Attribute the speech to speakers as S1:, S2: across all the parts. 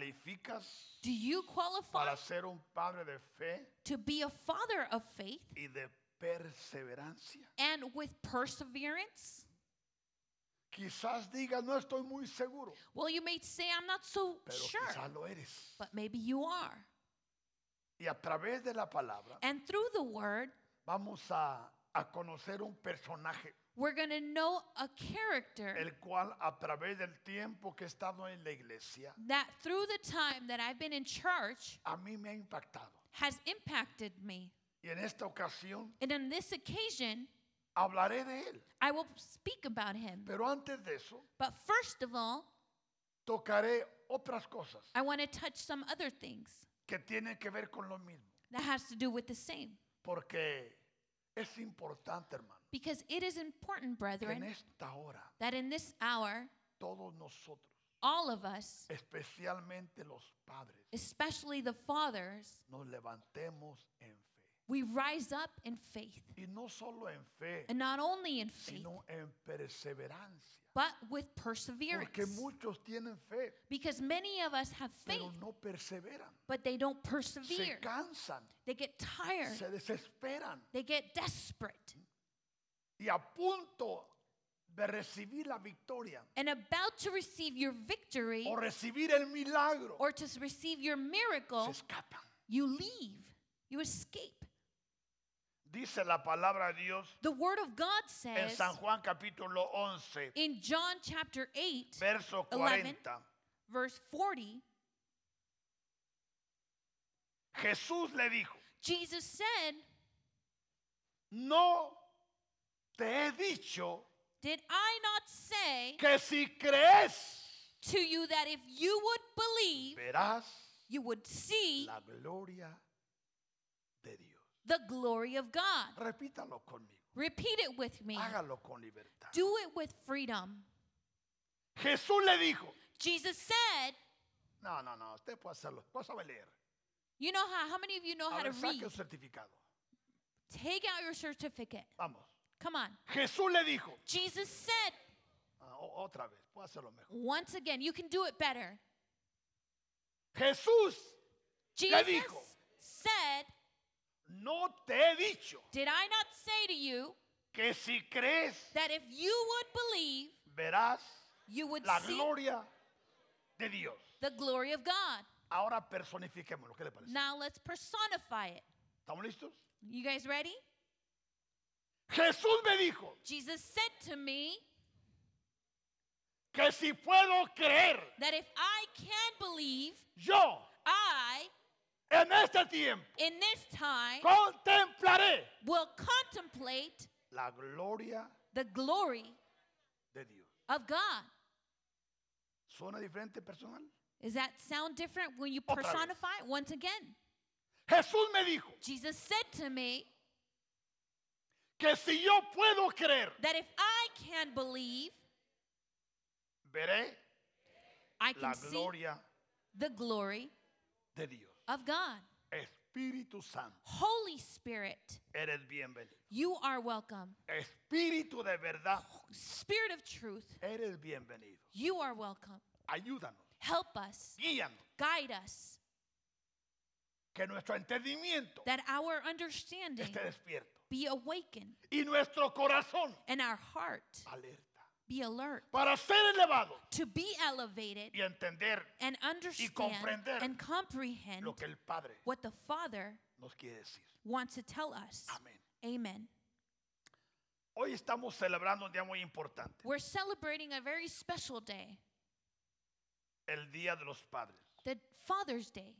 S1: cualificas
S2: Do you qualify
S1: para ser un padre de fe
S2: to be a father of faith
S1: y de perseverancia?
S2: and with perseverance?
S1: Quizás digas, no estoy muy seguro,
S2: Well, you may say, I'm not so
S1: pero
S2: sure,
S1: quizás lo eres.
S2: but maybe you are.
S1: Y a través de la palabra
S2: And through the word,
S1: vamos a, a conocer un personaje,
S2: we're going to know a character
S1: el cual a través del tiempo que he estado en la iglesia,
S2: that through the time that I've been in church
S1: a mí me ha impactado.
S2: has impacted me.
S1: Y en esta ocasión
S2: And on this occasion,
S1: hablaré de él.
S2: I will speak about him.
S1: Pero antes de eso,
S2: But first of all,
S1: tocaré otras cosas
S2: I want to touch some other things
S1: que tienen que ver con lo mismo.
S2: that has to do with the same.
S1: Porque es importante, hermano,
S2: Because it is important,
S1: que en
S2: brethren,
S1: esta hora
S2: that in this hour,
S1: todos nosotros,
S2: all of us,
S1: especialmente los padres,
S2: especially the fathers,
S1: nos levantemos en fe.
S2: we rise up in faith.
S1: Y no solo en fe,
S2: And not only in faith,
S1: sino en perseverancia.
S2: but with
S1: Porque
S2: perseverance.
S1: muchos tienen fe,
S2: Because many of us have
S1: pero
S2: faith,
S1: no perseveran.
S2: but they don't
S1: Se
S2: persevere.
S1: cansan,
S2: They get tired.
S1: se desesperan
S2: They get desperate.
S1: y a punto de recibir la victoria
S2: And about to receive your victory
S1: o recibir el milagro,
S2: or to s- receive your
S1: se
S2: miracle,
S1: escapan.
S2: you leave. You escape.
S1: Dice la palabra de Dios
S2: The Word of God
S1: en
S2: says
S1: San Juan capítulo 11,
S2: in John chapter 8,
S1: verso
S2: 11.
S1: 40.
S2: verse 40,
S1: Jesús le dijo,
S2: Jesus said,
S1: no te he dicho
S2: Did I not say
S1: que si crees,
S2: to you that if you would believe,
S1: verás
S2: you would see
S1: la gloria de Dios.
S2: the glory of God?
S1: Repítalo conmigo.
S2: Repeat it with me.
S1: Hágalo con libertad.
S2: Do it with freedom.
S1: Jesús le dijo,
S2: Jesus said,
S1: no, no, no, usted puede hacerlo, usted sabe leer.
S2: You know how, how many of you know how
S1: A
S2: to
S1: ver, saque
S2: read?
S1: un certificado.
S2: Take out your certificate.
S1: Vamos.
S2: Come on.
S1: Jesús le dijo,
S2: Jesus said,
S1: ah, o- otra vez, puede hacerlo mejor.
S2: once again, you can do it better.
S1: Jesús,
S2: Jesus
S1: dijo.
S2: said,
S1: no te he dicho
S2: Did I not say to you
S1: que si crees,
S2: that if you would believe,
S1: verás
S2: you would
S1: la
S2: see
S1: gloria de Dios.
S2: the glory of God?
S1: Ahora personifiquémoslo, ¿qué le parece?
S2: Now let's personify it.
S1: ¿Estamos listos?
S2: You guys ready?
S1: Jesús me dijo
S2: Jesus said to me
S1: que si puedo creer,
S2: that if I can believe,
S1: yo
S2: I,
S1: en este tiempo
S2: in this time,
S1: contemplaré
S2: will contemplate
S1: la gloria
S2: the glory
S1: de Dios.
S2: of God.
S1: ¿Suena diferente personal?
S2: Does that sound different when you
S1: Otra vez.
S2: personify it once again?
S1: Jesús me dijo
S2: Jesus said to me
S1: que si yo puedo creer,
S2: that if I can believe,
S1: veré
S2: I
S1: la
S2: can see
S1: gloria
S2: the glory
S1: de Dios.
S2: of God.
S1: Espíritu Santo,
S2: Holy Spirit,
S1: eres bienvenido.
S2: you are welcome.
S1: Espíritu de verdad,
S2: Spirit of truth,
S1: eres bienvenido.
S2: you are welcome.
S1: Ayúdanos,
S2: Help us,
S1: guíanos,
S2: guide us,
S1: que nuestro entendimiento
S2: that our understanding
S1: esté despierto
S2: be awakened
S1: y nuestro corazón
S2: and our heart
S1: alerta
S2: be alert
S1: para ser elevados
S2: to be elevated
S1: y entender
S2: and understand
S1: comprender
S2: and comprehend
S1: lo que el Padre
S2: what the Father
S1: nos quiere decir.
S2: wants to tell us.
S1: Amén.
S2: Amen.
S1: Hoy estamos celebrando un día muy importante,
S2: We're celebrating a very special day,
S1: el Día de los Padres,
S2: the Father's Day,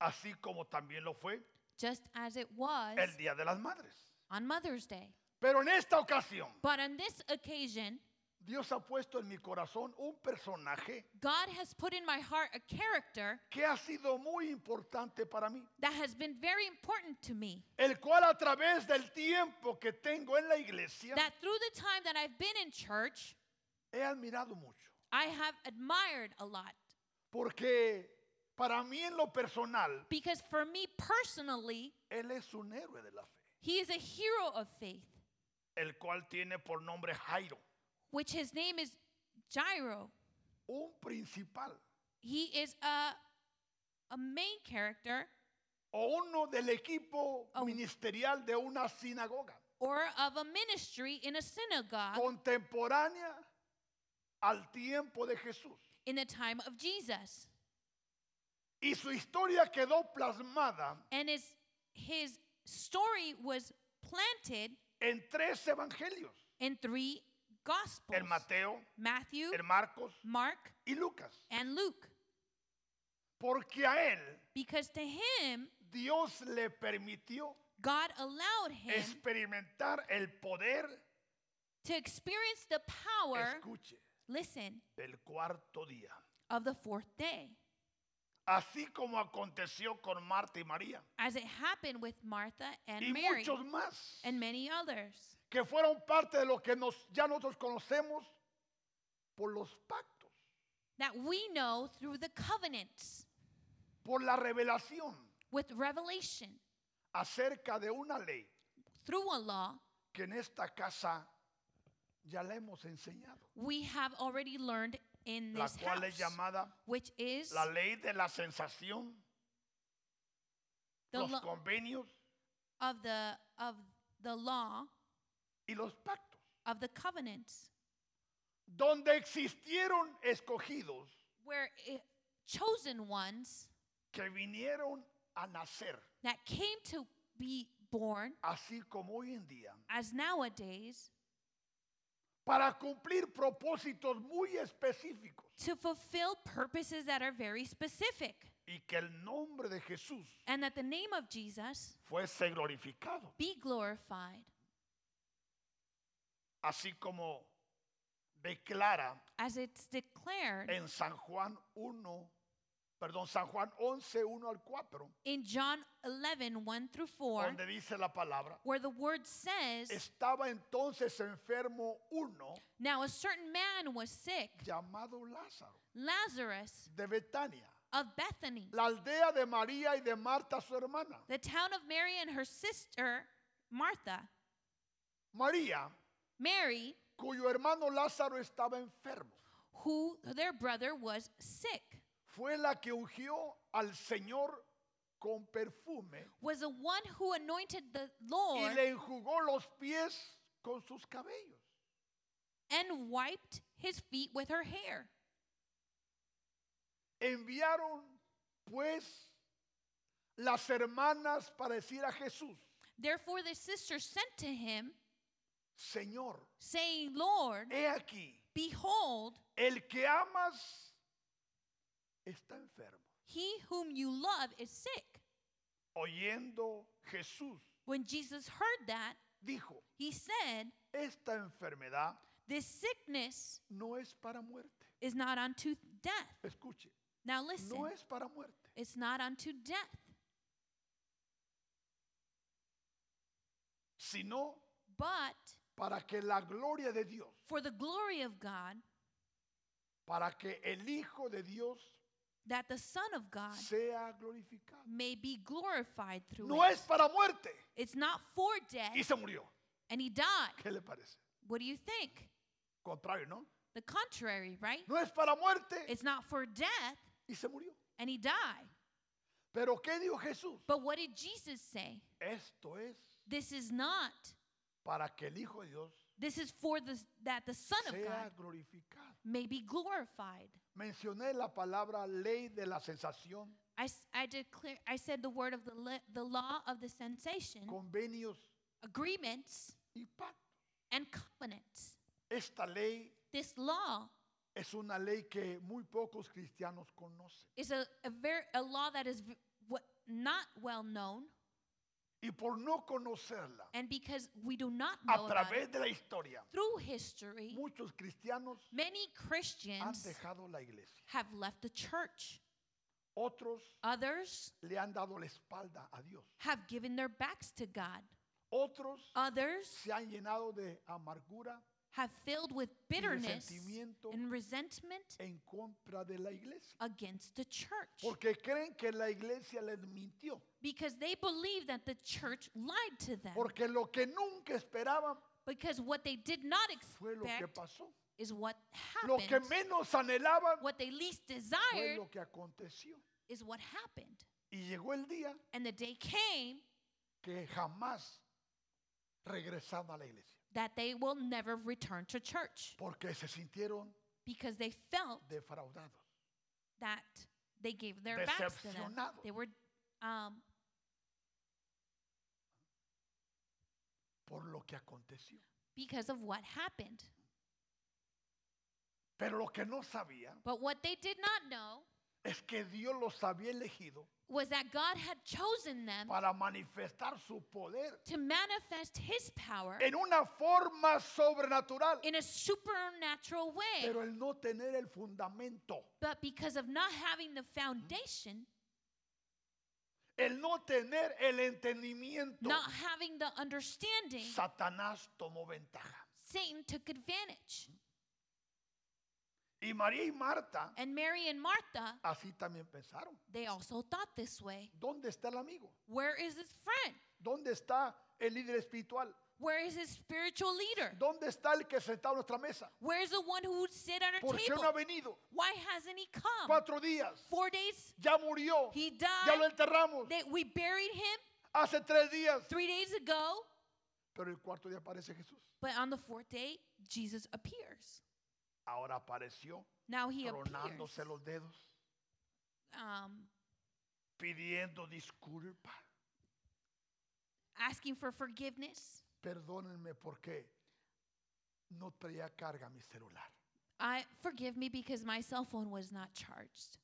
S1: así como también lo fue
S2: just as it was
S1: el Día de las Madres.
S2: on Mother's Day.
S1: Pero en esta ocasión,
S2: But on this occasion,
S1: Dios ha puesto en mi corazón un personaje
S2: God has put in my heart a character
S1: que ha sido muy importante para mí,
S2: that has been very important to me.
S1: el cual a través del tiempo que tengo en la iglesia
S2: That through the time that I've been in church,
S1: he admirado mucho,
S2: I have admired a lot.
S1: porque para mí en lo personal,
S2: Because for me personally,
S1: él es un héroe de la fe,
S2: he is a hero of faith,
S1: el cual tiene por nombre Jairo,
S2: which his name is Jairo.
S1: un principal
S2: He is a a main character
S1: o uno del equipo
S2: Oh.
S1: ministerial de una sinagoga
S2: or of a ministry in a synagogue
S1: contemporánea al tiempo de Jesús.
S2: in the time of Jesus.
S1: Y su historia quedó plasmada
S2: And his, his story was planted
S1: en tres evangelios,
S2: in three
S1: el
S2: gospels
S1: Mateo,
S2: Matthew,
S1: el Marcos
S2: Mark,
S1: y Lucas,
S2: and Luke.
S1: porque a él
S2: Because to him,
S1: Dios le permitió
S2: God allowed him
S1: experimentar el poder,
S2: to experience the power,
S1: escuche,
S2: listen,
S1: del cuarto día.
S2: of the fourth day,
S1: Así como aconteció con Marta y María
S2: as it happened with Martha and
S1: y
S2: Mary
S1: muchos más
S2: and many others,
S1: que fueron parte de lo que nos, ya nosotros conocemos por los pactos,
S2: that we know through the covenants
S1: por la revelación
S2: with revelation,
S1: acerca de una ley
S2: through a law
S1: que en esta casa ya la hemos enseñado,
S2: we have already learned in
S1: la
S2: this
S1: cual es
S2: house,
S1: llamada
S2: which is
S1: la ley de la sensación,
S2: the
S1: los
S2: law
S1: convenios
S2: of the of the law
S1: y los pactos,
S2: of the covenants,
S1: donde existieron escogidos
S2: where i- chosen ones
S1: que vinieron a nacer,
S2: that came to be born
S1: así como hoy en día,
S2: as nowadays
S1: para cumplir propósitos muy específicos
S2: to fulfill purposes that are very specific
S1: y que el nombre de Jesús
S2: and that the name of Jesus
S1: fuese glorificado,
S2: be glorified
S1: así como declara
S2: as it's declared
S1: en San Juan 1, perdón, San Juan 11, 1 al 4,
S2: in John 11 1 through 4
S1: donde dice la palabra,
S2: where the word says
S1: estaba entonces enfermo uno
S2: now a certain man was sick
S1: llamado Lázaro
S2: Lazarus
S1: de Betania,
S2: of Bethany
S1: la aldea de María y de Marta su hermana.
S2: the town of Mary and her sister Martha
S1: María,
S2: Mary
S1: cuyo hermano Lázaro estaba enfermo,
S2: who their brother was sick
S1: fue la que ungió al Señor con perfume
S2: was the one who anointed the
S1: y
S2: Lord
S1: le enjugó los pies con sus cabellos.
S2: and wiped his feet with her hair
S1: Enviaron pues las hermanas para decir a Jesús,
S2: Therefore, the sister sent to him,
S1: Señor,
S2: saying, Lord,
S1: he aquí,
S2: behold,
S1: el que amas está enfermo.
S2: he whom you love is sick.
S1: Oyendo Jesús,
S2: When Jesus heard that,
S1: dijo,
S2: he said,
S1: esta enfermedad
S2: This sickness
S1: no es para muerte.
S2: is not unto death.
S1: Escuche,
S2: Now listen,
S1: no es para muerte,
S2: it's not unto death,
S1: sino
S2: but
S1: para que la gloria de Dios,
S2: for the glory of God,
S1: para que el Hijo de Dios
S2: that the Son of God
S1: sea glorificado.
S2: may be glorified through
S1: No
S2: it.
S1: es para muerte.
S2: It's not for
S1: Y
S2: death,
S1: se murió.
S2: and he died.
S1: ¿Qué le parece?
S2: What do you think?
S1: Contrario, ¿no?
S2: The contrary, right?
S1: No es para muerte
S2: It's not for death,
S1: y se murió.
S2: and he died.
S1: Pero ¿qué dijo Jesús?
S2: But what did Jesus say?
S1: Esto es
S2: This is not.
S1: para que el Hijo de Dios
S2: This is for the that the Son of
S1: sea
S2: God
S1: glorificado.
S2: may be glorified.
S1: Mencioné la palabra ley de la sensación,
S2: I, s- I declare I said the word of the le- the law of the sensation,
S1: convenios
S2: agreements
S1: y pactos.
S2: and covenants.
S1: Esta ley
S2: This law
S1: es una ley que muy pocos cristianos conocen.
S2: is a a, ver, a law that is v- what, not well known,
S1: Y por no conocerla,
S2: and because we do not
S1: a
S2: know about it
S1: través de la historia,
S2: through history,
S1: muchos cristianos
S2: many
S1: han
S2: Christians
S1: dejado la iglesia.
S2: have left the church.
S1: Otros
S2: Others
S1: le han dado la espalda a Dios.
S2: have given their backs to God.
S1: Otros
S2: Others
S1: se han llenado de amargura
S2: have filled with bitterness
S1: resentimiento
S2: and resentment
S1: en contra de la iglesia.
S2: against the church
S1: Porque creen que la iglesia les mintió.
S2: because they believe that the church lied to them.
S1: Porque lo que nunca esperaban
S2: Because what they did not
S1: fue lo que
S2: expect
S1: pasó.
S2: is what
S1: Lo que
S2: happened.
S1: menos anhelaban
S2: What they least
S1: fue
S2: desired
S1: lo que aconteció.
S2: is what happened.
S1: Y llegó el día
S2: And the day came
S1: que jamás regresaron a la iglesia.
S2: that they will never return to church
S1: Porque se sintieron
S2: because they felt
S1: defraudados.
S2: that they gave their backs to them.
S1: Decepcionados.
S2: They were um,
S1: por lo que aconteció.
S2: because of what happened.
S1: Pero lo que no sabían
S2: But what they did not know
S1: es que Dios los había elegido
S2: was that God had chosen them
S1: para manifestar su poder
S2: to manifest His power
S1: en una forma sobrenatural.
S2: in a supernatural way.
S1: Pero el no tener el fundamento,
S2: But because of not having the foundation,
S1: el no tener el entendimiento,
S2: not having the understanding,
S1: Satanás tomó ventaja.
S2: Satan took advantage.
S1: Y María y Marta
S2: And Mary and Martha,
S1: así también pensaron.
S2: they also thought this way.
S1: ¿Dónde está el amigo?
S2: Where is his friend?
S1: ¿Dónde está el líder espiritual?
S2: Where is his spiritual leader?
S1: ¿Dónde está el que sentado a nuestra mesa?
S2: Where is the one who would sit at our
S1: ¿Por qué no ha
S2: table?
S1: venido?
S2: Why hasn't he come?
S1: Cuatro días.
S2: Four days
S1: Ya murió.
S2: he
S1: Ya lo
S2: died.
S1: enterramos.
S2: They, we buried him
S1: Hace tres días.
S2: three days ago,
S1: Pero el cuarto día aparece Jesús.
S2: but on the fourth day, Jesus appears.
S1: Ahora apareció
S2: Now he appears,
S1: tronándose los dedos,
S2: um,
S1: pidiendo disculpa.
S2: asking for forgiveness.
S1: Perdónenme porque no traía carga mi celular.
S2: I forgive me because my cell phone was not charged.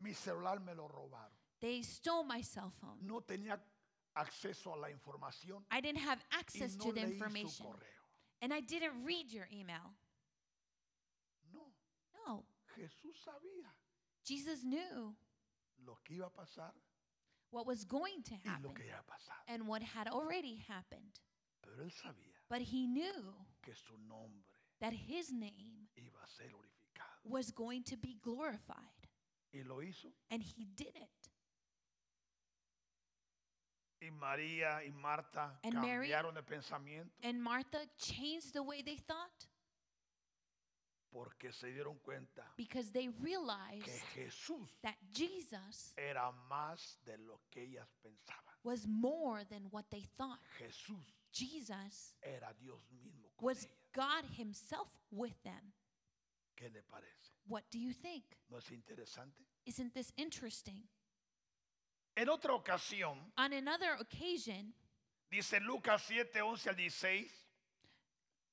S1: Mi celular me lo robaron.
S2: They stole my cell phone.
S1: No tenía acceso a la información
S2: I didn't have
S1: y
S2: access
S1: no
S2: to the
S1: leí su
S2: information,
S1: correo.
S2: and I didn't read your email.
S1: No,
S2: No,
S1: Jesús sabía
S2: Jesus knew
S1: lo que iba a pasar
S2: what was going to
S1: y lo
S2: happen
S1: que iba a pasar.
S2: and what had already happened,
S1: Pero él sabía
S2: but he knew
S1: que su nombre
S2: that his name
S1: iba a ser glorificado.
S2: was going to be glorified,
S1: Y lo hizo.
S2: and he did it.
S1: Y María y Marta
S2: And Mary-
S1: cambiaron de pensamiento.
S2: And Martha changed the way they thought
S1: porque se dieron cuenta
S2: because they
S1: que
S2: realized
S1: Jesús
S2: that Jesus
S1: era más de lo que ellas pensaban.
S2: was more than what they thought.
S1: Jesús
S2: Jesus
S1: era Dios mismo con
S2: was
S1: ellas.
S2: God Himself with them.
S1: ¿Qué le parece?
S2: What do you think?
S1: ¿No es interesante?
S2: Isn't this interesting?
S1: En otra ocasión,
S2: On another occasion,
S1: dice Lucas 7, 11 al 16,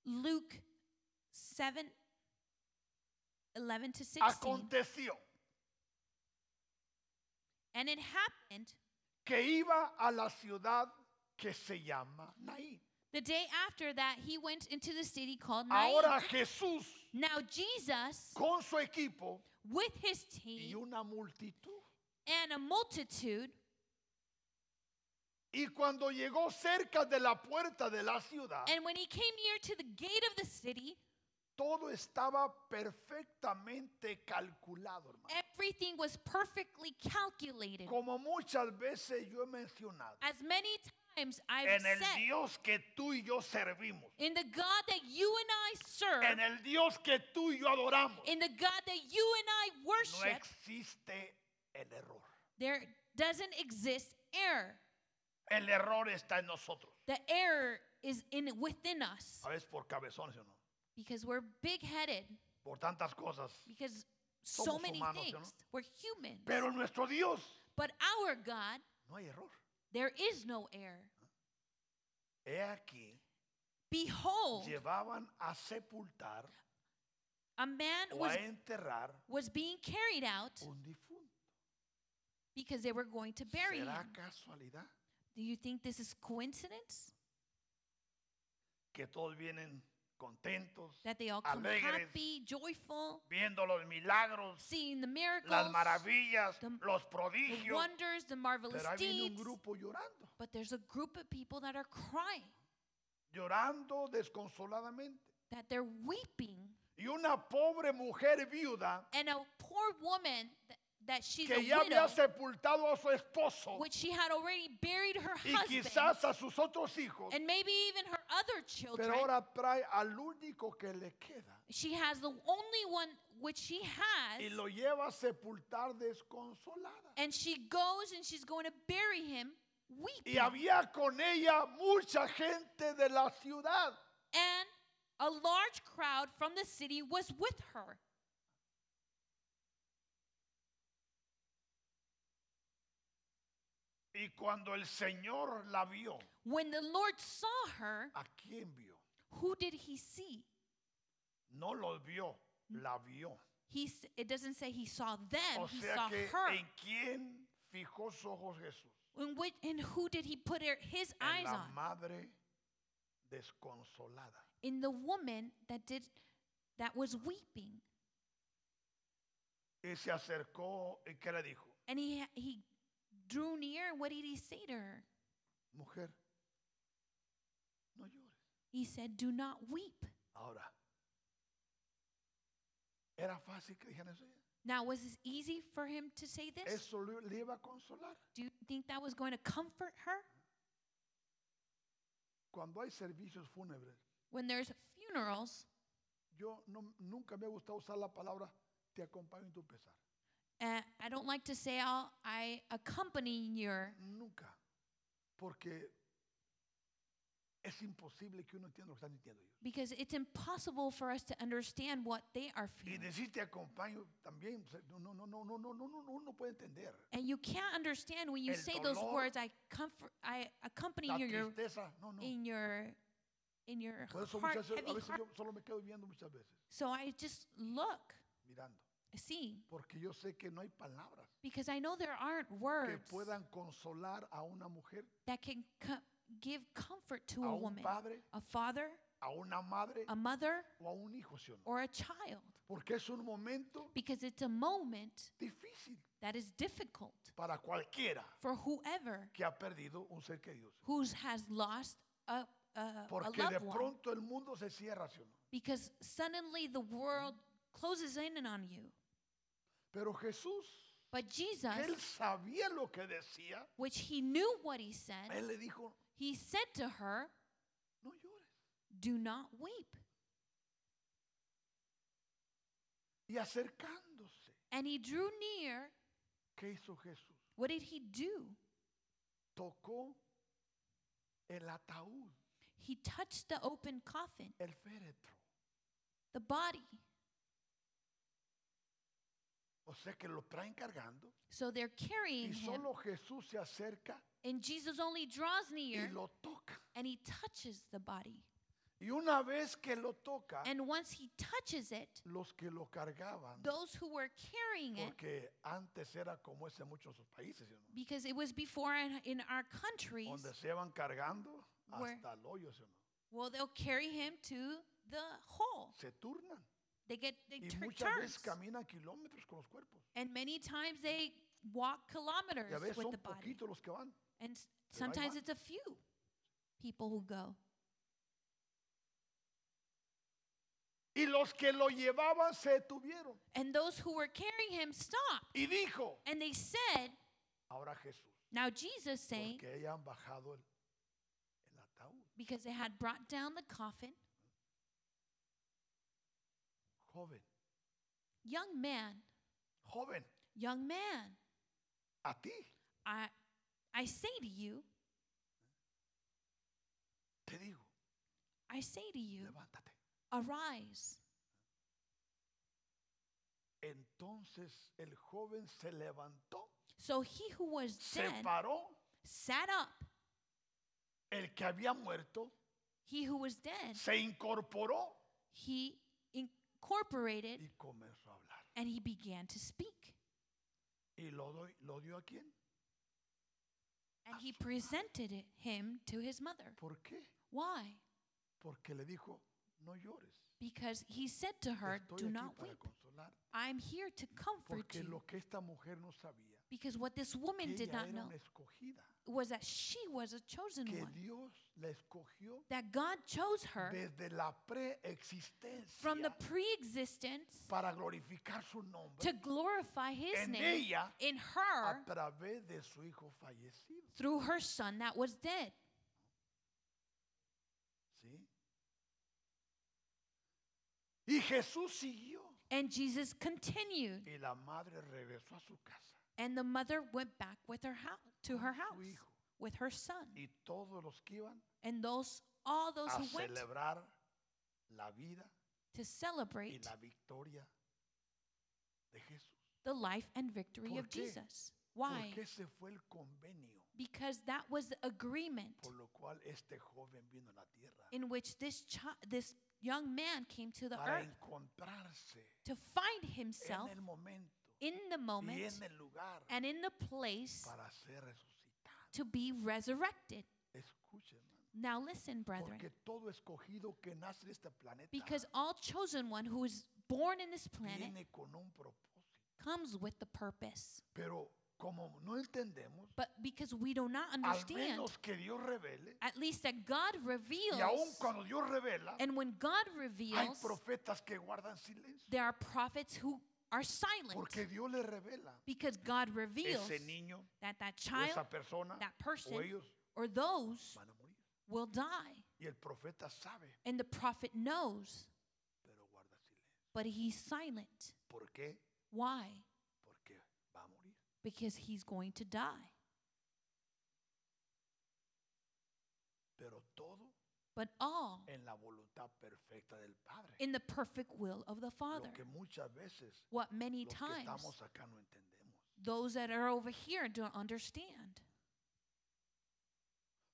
S2: Luke 7 11 to 16.
S1: aconteció
S2: And it happened
S1: que iba a la ciudad que se llama Naín.
S2: the day after that he went into the city called Nain.
S1: Ahora Jesús
S2: now Jesus
S1: con su equipo
S2: with his
S1: y
S2: team
S1: una multitud.
S2: and a multitude
S1: Y cuando llegó cerca de la puerta de la ciudad,
S2: and when he came near to the gate of the city
S1: Todo estaba perfectamente calculado, hermano.
S2: everything was perfectly calculated
S1: Como muchas veces yo he mencionado,
S2: as many times I've
S1: en el
S2: said
S1: Dios que tú y yo servimos,
S2: in the God that you and I serve
S1: en el Dios que tú y yo adoramos,
S2: in the God that you and I
S1: no
S2: worship
S1: existe el error.
S2: there doesn't exist error
S1: El error está en nosotros.
S2: the error is in within us
S1: A veces por cabezones ¿sí o no,
S2: because we're big-headed
S1: por tantas cosas.
S2: because so
S1: Somos
S2: many
S1: humanos, ¿sí o
S2: things
S1: no?
S2: we're human
S1: Pero en nuestro Dios
S2: but our god
S1: no hay error.
S2: there is no error
S1: He aquí,
S2: behold
S1: llevaban a sepultar
S2: a man
S1: o
S2: was
S1: a enterrar
S2: was being carried out
S1: un difunto.
S2: because they were going to bury him
S1: ¿Será casualidad?
S2: do you think this is coincidence
S1: que todos vienen contentos,
S2: that they all come
S1: Alegres.
S2: happy joyful
S1: viendo los milagros,
S2: seeing the miracles
S1: las maravillas,
S2: the-
S1: los
S2: the
S1: prodigios.
S2: wonders the marvelous
S1: Pero ahí viene un
S2: deeds
S1: grupo llorando,
S2: but there's a group of people that are crying
S1: llorando desconsoladamente.
S2: that they're weeping
S1: Y una pobre mujer viuda
S2: and a poor woman th- that she's a
S1: que ya había
S2: widow,
S1: sepultado a su esposo
S2: which she had already buried her
S1: y
S2: husband
S1: quizás a sus otros hijos,
S2: and maybe even her other children.
S1: pero ahora trae al único que le queda
S2: She has the only one which she
S1: y
S2: has,
S1: lo lleva a sepultar desconsolada.
S2: and she goes and she's going to bury him
S1: Y
S2: weeping.
S1: había con ella mucha gente de la ciudad.
S2: And a large crowd from the city was with her.
S1: Y cuando el Señor la vio,
S2: When the Lord saw her,
S1: ¿a quién vio?
S2: who did he see?
S1: No los vio, la vio.
S2: He, s- it doesn't say he saw them,
S1: O
S2: he
S1: sea
S2: saw
S1: que
S2: her.
S1: en quién fijó sus ojos Jesús.
S2: In which, and who did he put her- his
S1: En
S2: eyes
S1: la
S2: on?
S1: madre desconsolada.
S2: In the woman that did that was weeping.
S1: Y se acercó y ¿qué le dijo?
S2: And he he drew near and what did he say to her?
S1: Mujer, no llores.
S2: He said, "Do not weep."
S1: Ahora, ¿era fácil que dijeran eso?
S2: Now was this easy for him to say this?
S1: Eso le le iba a consolar.
S2: Do you think that was going to comfort her?
S1: Cuando hay servicios fúnebres,
S2: When there's funerals,
S1: yo no- nunca me ha gustado usar la palabra te acompaño en tu pesar.
S2: uh, I don't like to say I'll, I accompany your
S1: Nunca. Porque es imposible que uno entienda lo que están diciendo ellos.
S2: because it's impossible for us to understand what they are
S1: Y
S2: feeling.
S1: decir te acompaño también, o sea, no, no, no, no, no, no, no, no, no, uno puede entender.
S2: And you can't understand when you
S1: El
S2: say those
S1: dolor,
S2: words. I comfort. I accompany
S1: La
S2: you your,
S1: tristeza, no, no.
S2: in your in your
S1: Por eso
S2: heart,
S1: muchas veces, a
S2: heavy
S1: veces
S2: heart.
S1: yo solo me quedo viendo muchas veces,
S2: So I just look,
S1: mirando.
S2: see,
S1: Porque yo sé que no hay palabras
S2: because I know there aren't
S1: que
S2: words
S1: puedan consolar a una mujer,
S2: that can co- give comfort to
S1: a
S2: a
S1: un
S2: woman,
S1: padre,
S2: a father,
S1: a una madre
S2: a mother,
S1: o a un hijo, ¿sí o no?
S2: or a child,
S1: Porque es un momento
S2: because it's a moment
S1: difícil
S2: that is difficult
S1: para cualquiera
S2: for whoever
S1: que ha perdido un ser querido.
S2: who has lost a, a, a
S1: Porque de
S2: loved one.
S1: pronto el mundo se cierra, ¿sí o no?
S2: Because suddenly the world closes in on you.
S1: Pero Jesús,
S2: But Jesus,
S1: que él sabía lo que decía,
S2: which he knew what he said,
S1: él le dijo,
S2: he said to her,
S1: no llores.
S2: Do not weep.
S1: Y acercándose,
S2: And he drew near.
S1: ¿qué hizo Jesús?
S2: What did he do?
S1: Tocó el ataúd,
S2: He touched the open coffin,
S1: el féretro.
S2: the body.
S1: O sea que lo traen cargando
S2: So they're carrying
S1: y
S2: him.
S1: solo Jesús se acerca
S2: And Jesus only draws
S1: y
S2: near
S1: lo toca.
S2: and he touches the body.
S1: Y una vez que lo toca,
S2: And once he touches it,
S1: los que lo cargaban,
S2: those who were carrying it,
S1: porque antes era como ese en muchos otros países, ¿sí o no?
S2: because it was before in, in our countries,
S1: donde se van cargando
S2: Where-
S1: hasta el hoyo, ¿sí o no?
S2: well, they'll carry him to the hole.
S1: se turnan.
S2: They get they
S1: Y
S2: tur-
S1: muchas veces
S2: turns,
S1: caminan kilómetros con los cuerpos.
S2: and many times they walk
S1: Y a
S2: kilometers
S1: veces
S2: with
S1: son
S2: the body.
S1: poquitos los que van.
S2: And s-
S1: ahí
S2: sometimes
S1: van.
S2: it's a few people who go.
S1: Y los que lo llevaban se detuvieron.
S2: And those who were carrying him stopped,
S1: Y dijo,
S2: and they said,
S1: ahora Jesús,
S2: "Now Jesus saying,
S1: porque hayan bajado el, el ataúd.
S2: because they had brought down the coffin,
S1: Joven,
S2: young man,
S1: joven,
S2: young man,
S1: a ti
S2: I, I say to you,
S1: te digo,
S2: I say to you,
S1: levántate.
S2: arise."
S1: Entonces el joven se levantó,
S2: So he who was
S1: se
S2: dead
S1: paró,
S2: sat up.
S1: el que había muerto,
S2: He who was dead,
S1: se incorporó
S2: he incorporated
S1: y comenzó a hablar.
S2: and he began to speak.
S1: ¿Y lo, doy, lo dio a quién?
S2: And he presented it- him to his mother.
S1: ¿Por qué?
S2: Why?
S1: Porque le dijo, no llores.
S2: Because he said to her,
S1: Estoy
S2: Do
S1: aquí
S2: not
S1: para
S2: weep.
S1: consolarte.
S2: I'm here to comfort
S1: Porque
S2: you.
S1: lo que esta mujer no sabía
S2: Because what this
S1: que
S2: woman did
S1: ella
S2: not
S1: era
S2: know
S1: una escogida,
S2: was that she was a chosen
S1: que
S2: one,
S1: Dios la escogió
S2: that God chose her
S1: desde la preexistencia
S2: from the pre existence
S1: para glorificar su
S2: to
S1: nombre
S2: glorify His
S1: en
S2: name
S1: ella
S2: in her
S1: a través de su hijo fallecido.
S2: through her son that was dead.
S1: ¿sí? Y Jesús siguió
S2: And Jesus continued,
S1: y la madre regresó a su casa
S2: and the mother went back with her house to her
S1: su
S2: house
S1: hijo.
S2: with her son,
S1: y todos los que iban
S2: and those all those
S1: a
S2: who went
S1: celebrar la vida
S2: to
S1: y
S2: celebrate
S1: la victoria de Jesús.
S2: the life and victory
S1: ¿Por
S2: of
S1: qué?
S2: Jesus. Why?
S1: Porque ese fue el convenio
S2: Because that was the agreement
S1: por lo cual este joven vino a la tierra
S2: in which this child, this young man came to the
S1: para
S2: earth
S1: encontrarse
S2: to find
S1: en
S2: himself
S1: el momento
S2: in the
S1: y
S2: moment
S1: en el lugar
S2: and in the place
S1: para ser resucitado.
S2: to be resurrected.
S1: Escuchen, hermano,
S2: Now listen, brethren,
S1: porque todo escogido que nace en este planeta
S2: because all chosen one who is born in this planet
S1: viene con un propósito.
S2: comes with the purpose.
S1: Pero como no entendemos,
S2: But because we do not
S1: al
S2: understand,
S1: menos que Dios revele,
S2: at least that God
S1: y aun
S2: reveals,
S1: cuando Dios revela,
S2: and when God
S1: hay
S2: reveals,
S1: profetas que guardan silencio.
S2: there are prophets who are silent
S1: Porque Dios le revela
S2: because God reveals
S1: ese niño
S2: that that
S1: o
S2: child,
S1: esa persona
S2: that
S1: o
S2: person,
S1: ellos
S2: or those
S1: van a morir.
S2: will die.
S1: Y el profeta sabe,
S2: And the prophet knows,
S1: pero guarda silencio.
S2: but he's silent.
S1: ¿Por qué?
S2: Why?
S1: Porque va a morir.
S2: Because he's going to die.
S1: Pero todo
S2: But all
S1: en la voluntad perfecta del Padre.
S2: in the perfect will of the Father.
S1: Lo que muchas veces
S2: What many
S1: los que
S2: times
S1: estamos acá no entendemos.
S2: those that are over here don't understand.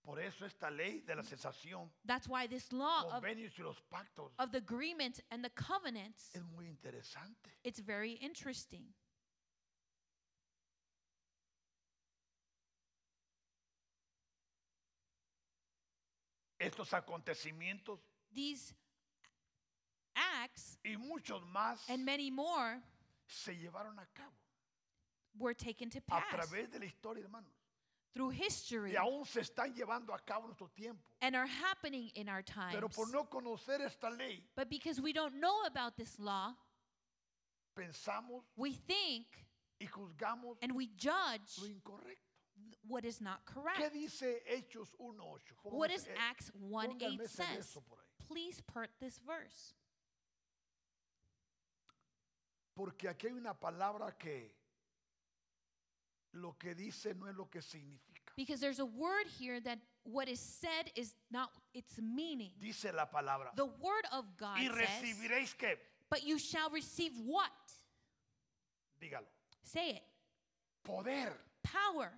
S1: Por eso esta ley de la cesación,
S2: That's why this law of,
S1: convenios y los pactos
S2: of the agreement and the covenants,
S1: es muy interesante.
S2: it's very interesting.
S1: Estos acontecimientos
S2: These acts
S1: y muchos más
S2: and many more
S1: se llevaron a cabo
S2: were taken to
S1: a
S2: pass
S1: través de la historia, hermanos.
S2: through history
S1: Y aún se están llevando a cabo en nuestro tiempo.
S2: and are happening in our times.
S1: Pero por no conocer esta ley,
S2: But because we don't know about this law,
S1: pensamos
S2: we think
S1: y juzgamos
S2: and we
S1: lo
S2: judge
S1: incorrecto.
S2: what is not
S1: ¿Qué
S2: correct.
S1: dice Hechos 1.8?
S2: What
S1: Póngase-
S2: does
S1: eh,
S2: Acts 1
S1: póngame
S2: 8
S1: ese
S2: says?
S1: verso por ahí.
S2: Please part this verse.
S1: Porque aquí hay una palabra que lo que dice no es lo que significa.
S2: Because there's a word here that what is said is not its meaning.
S1: Dice la palabra.
S2: The word of God
S1: Y
S2: says,
S1: recibiréis que,
S2: but you shall receive what?
S1: dígalo,
S2: Say it.
S1: poder
S2: Power.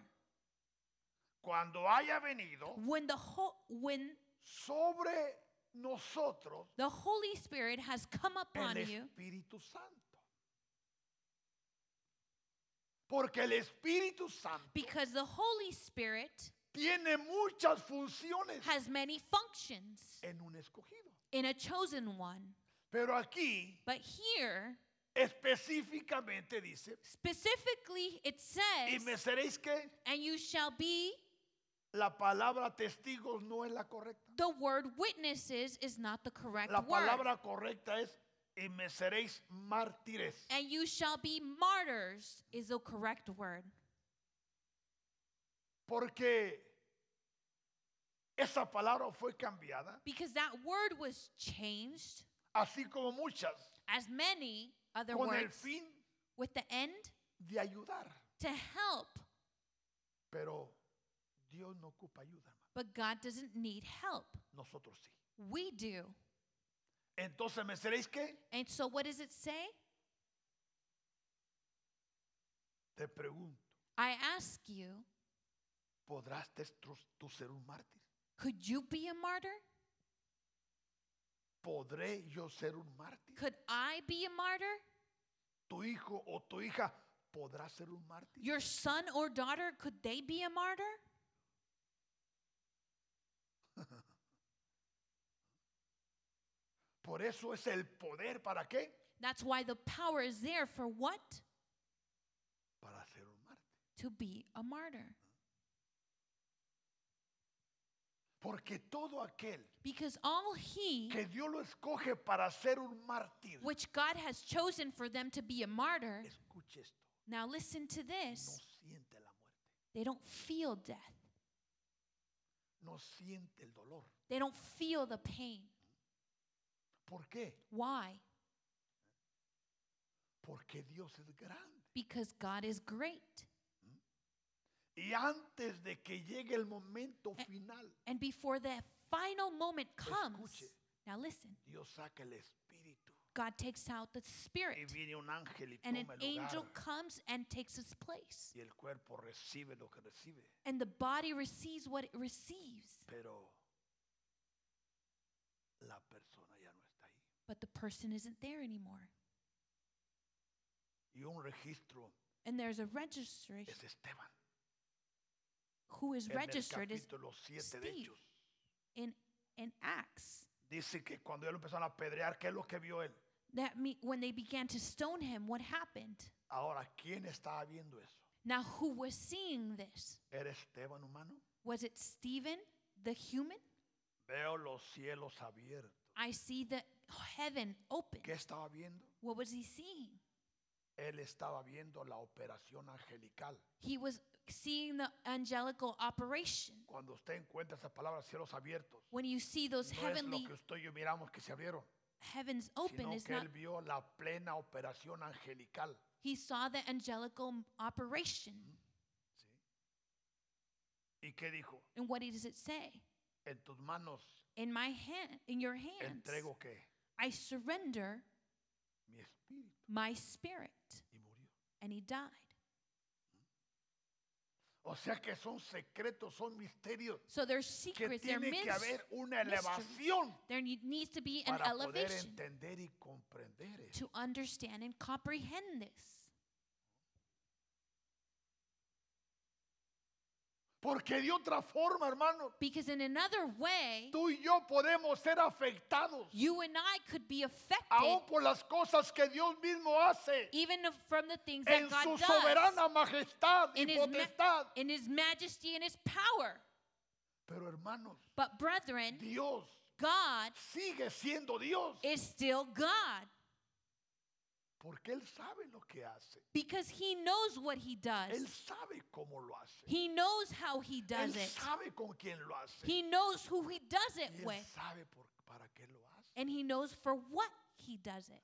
S1: cuando haya venido
S2: When the ho- when
S1: sobre nosotros
S2: the Holy Spirit has come upon
S1: el
S2: you,
S1: Espíritu Santo. Porque el Espíritu Santo
S2: because the Holy Spirit
S1: tiene muchas funciones
S2: has many functions
S1: en un escogido.
S2: in a chosen one.
S1: Pero aquí
S2: But here,
S1: específicamente dice,
S2: specifically, it
S1: y
S2: says,
S1: me seréis que
S2: and you shall be,
S1: la palabra testigos no es la correcta.
S2: the word witnesses is not the correct
S1: La
S2: word.
S1: palabra correcta es, y me seréis mártires.
S2: And you shall be martyrs is the correct word.
S1: Porque esa palabra fue cambiada,
S2: Because that word was changed,
S1: así como muchas,
S2: as many other
S1: con el
S2: words,
S1: fin
S2: with the end
S1: de ayudar.
S2: to help.
S1: Pero Dios no ocupa ayuda, hermano.
S2: But God doesn't need help.
S1: Nosotros sí.
S2: We do.
S1: Entonces me seréis que,
S2: And so, what does it say?
S1: te pregunto,
S2: I ask you,
S1: ¿podrás tes- tú, tú ser un mártir?
S2: could you be a martyr?
S1: ¿Podré yo ser un mártir?
S2: Could I be a martyr?
S1: ¿Tu hijo o tu hija podrá ser un mártir?
S2: Your son or daughter, could they be a martyr?
S1: Por eso es el poder, ¿para qué?
S2: That's why the power is there for what?
S1: Para ser un mártir.
S2: to be a martyr.
S1: Porque todo aquel
S2: Because all he
S1: que Dios lo escoge para ser un mártir,
S2: which God has chosen for them to be a martyr,
S1: escuche esto,
S2: now listen to
S1: no
S2: this,
S1: siente la muerte,
S2: they don't feel death.
S1: no siente el dolor.
S2: They don't feel the pain.
S1: ¿Por qué?
S2: Why?
S1: Porque Dios es grande.
S2: Because God is great.
S1: Y antes de que llegue el momento
S2: Eh.
S1: final,
S2: And before the final moment comes,
S1: Escuche.
S2: now listen,
S1: Dios saca el espíritu
S2: God takes out the
S1: y
S2: spirit,
S1: viene un ángel y
S2: and an
S1: toma el
S2: angel
S1: lugar
S2: comes and takes its place.
S1: y el cuerpo recibe lo que recibe,
S2: And the body receives what it receives,
S1: pero la persona ya no está ahí.
S2: but the person isn't there anymore.
S1: Y un registro
S2: And there's a registration.
S1: es Esteban.
S2: Who is
S1: En el
S2: registered is
S1: capítulo 7 de
S2: Steve.
S1: Hechos.
S2: in, in Acts.
S1: Dice que cuando ellos lo empezaron a apedrear, ¿qué es lo que vio él?
S2: That me, when they began to stone him, what happened?
S1: Ahora, ¿quién estaba viendo eso?
S2: Now, who was seeing this?
S1: ¿Era Esteban humano?
S2: Was it Stephen, the human?
S1: Veo los cielos abiertos.
S2: I see the heaven open.
S1: ¿Qué estaba viendo?
S2: What was he seeing?
S1: Él estaba viendo la operación angelical.
S2: He was seeing the angelical operation.
S1: Cuando usted encuentra esa palabra cielos abiertos,
S2: When you see those
S1: no es lo
S2: heavenly
S1: que usted y yo miramos que se abrieron,
S2: heavens open,
S1: sino
S2: is
S1: que
S2: not
S1: él vio la plena operación angelical.
S2: he saw the angelical m- operation.
S1: ¿Y qué dijo?
S2: And what does it say?
S1: En tus manos
S2: In my hand, in your hands,
S1: entrego que
S2: I surrender
S1: mi espíritu
S2: my spirit.
S1: y murió.
S2: and he died.
S1: O sea que son secretos, son misterios
S2: So there's
S1: que
S2: secrets, there
S1: tiene que
S2: mis-
S1: haber una
S2: mysteries.
S1: elevación
S2: there need- needs to be an
S1: para poder
S2: elevation
S1: entender y comprender. eso.
S2: to understand and comprehend this.
S1: Porque de otra forma, hermano,
S2: Because in another way,
S1: tú y yo podemos ser afectados
S2: you and I could be affected
S1: aún por las cosas que Dios mismo hace
S2: even of- from the things that
S1: en
S2: God
S1: su
S2: does
S1: soberana majestad y
S2: in, his ma-
S1: potestad.
S2: in his majesty and his power.
S1: Pero hermanos,
S2: But brethren,
S1: Dios
S2: God
S1: sigue siendo Dios
S2: is still God
S1: porque Él sabe lo que hace.
S2: because he knows what he
S1: Él
S2: does.
S1: sabe cómo lo hace.
S2: He knows how he
S1: Él
S2: does it.
S1: sabe con quién lo hace.
S2: He knows who he does
S1: Y
S2: it
S1: Él
S2: with.
S1: sabe por- para qué lo hace.
S2: and he knows for what he does it.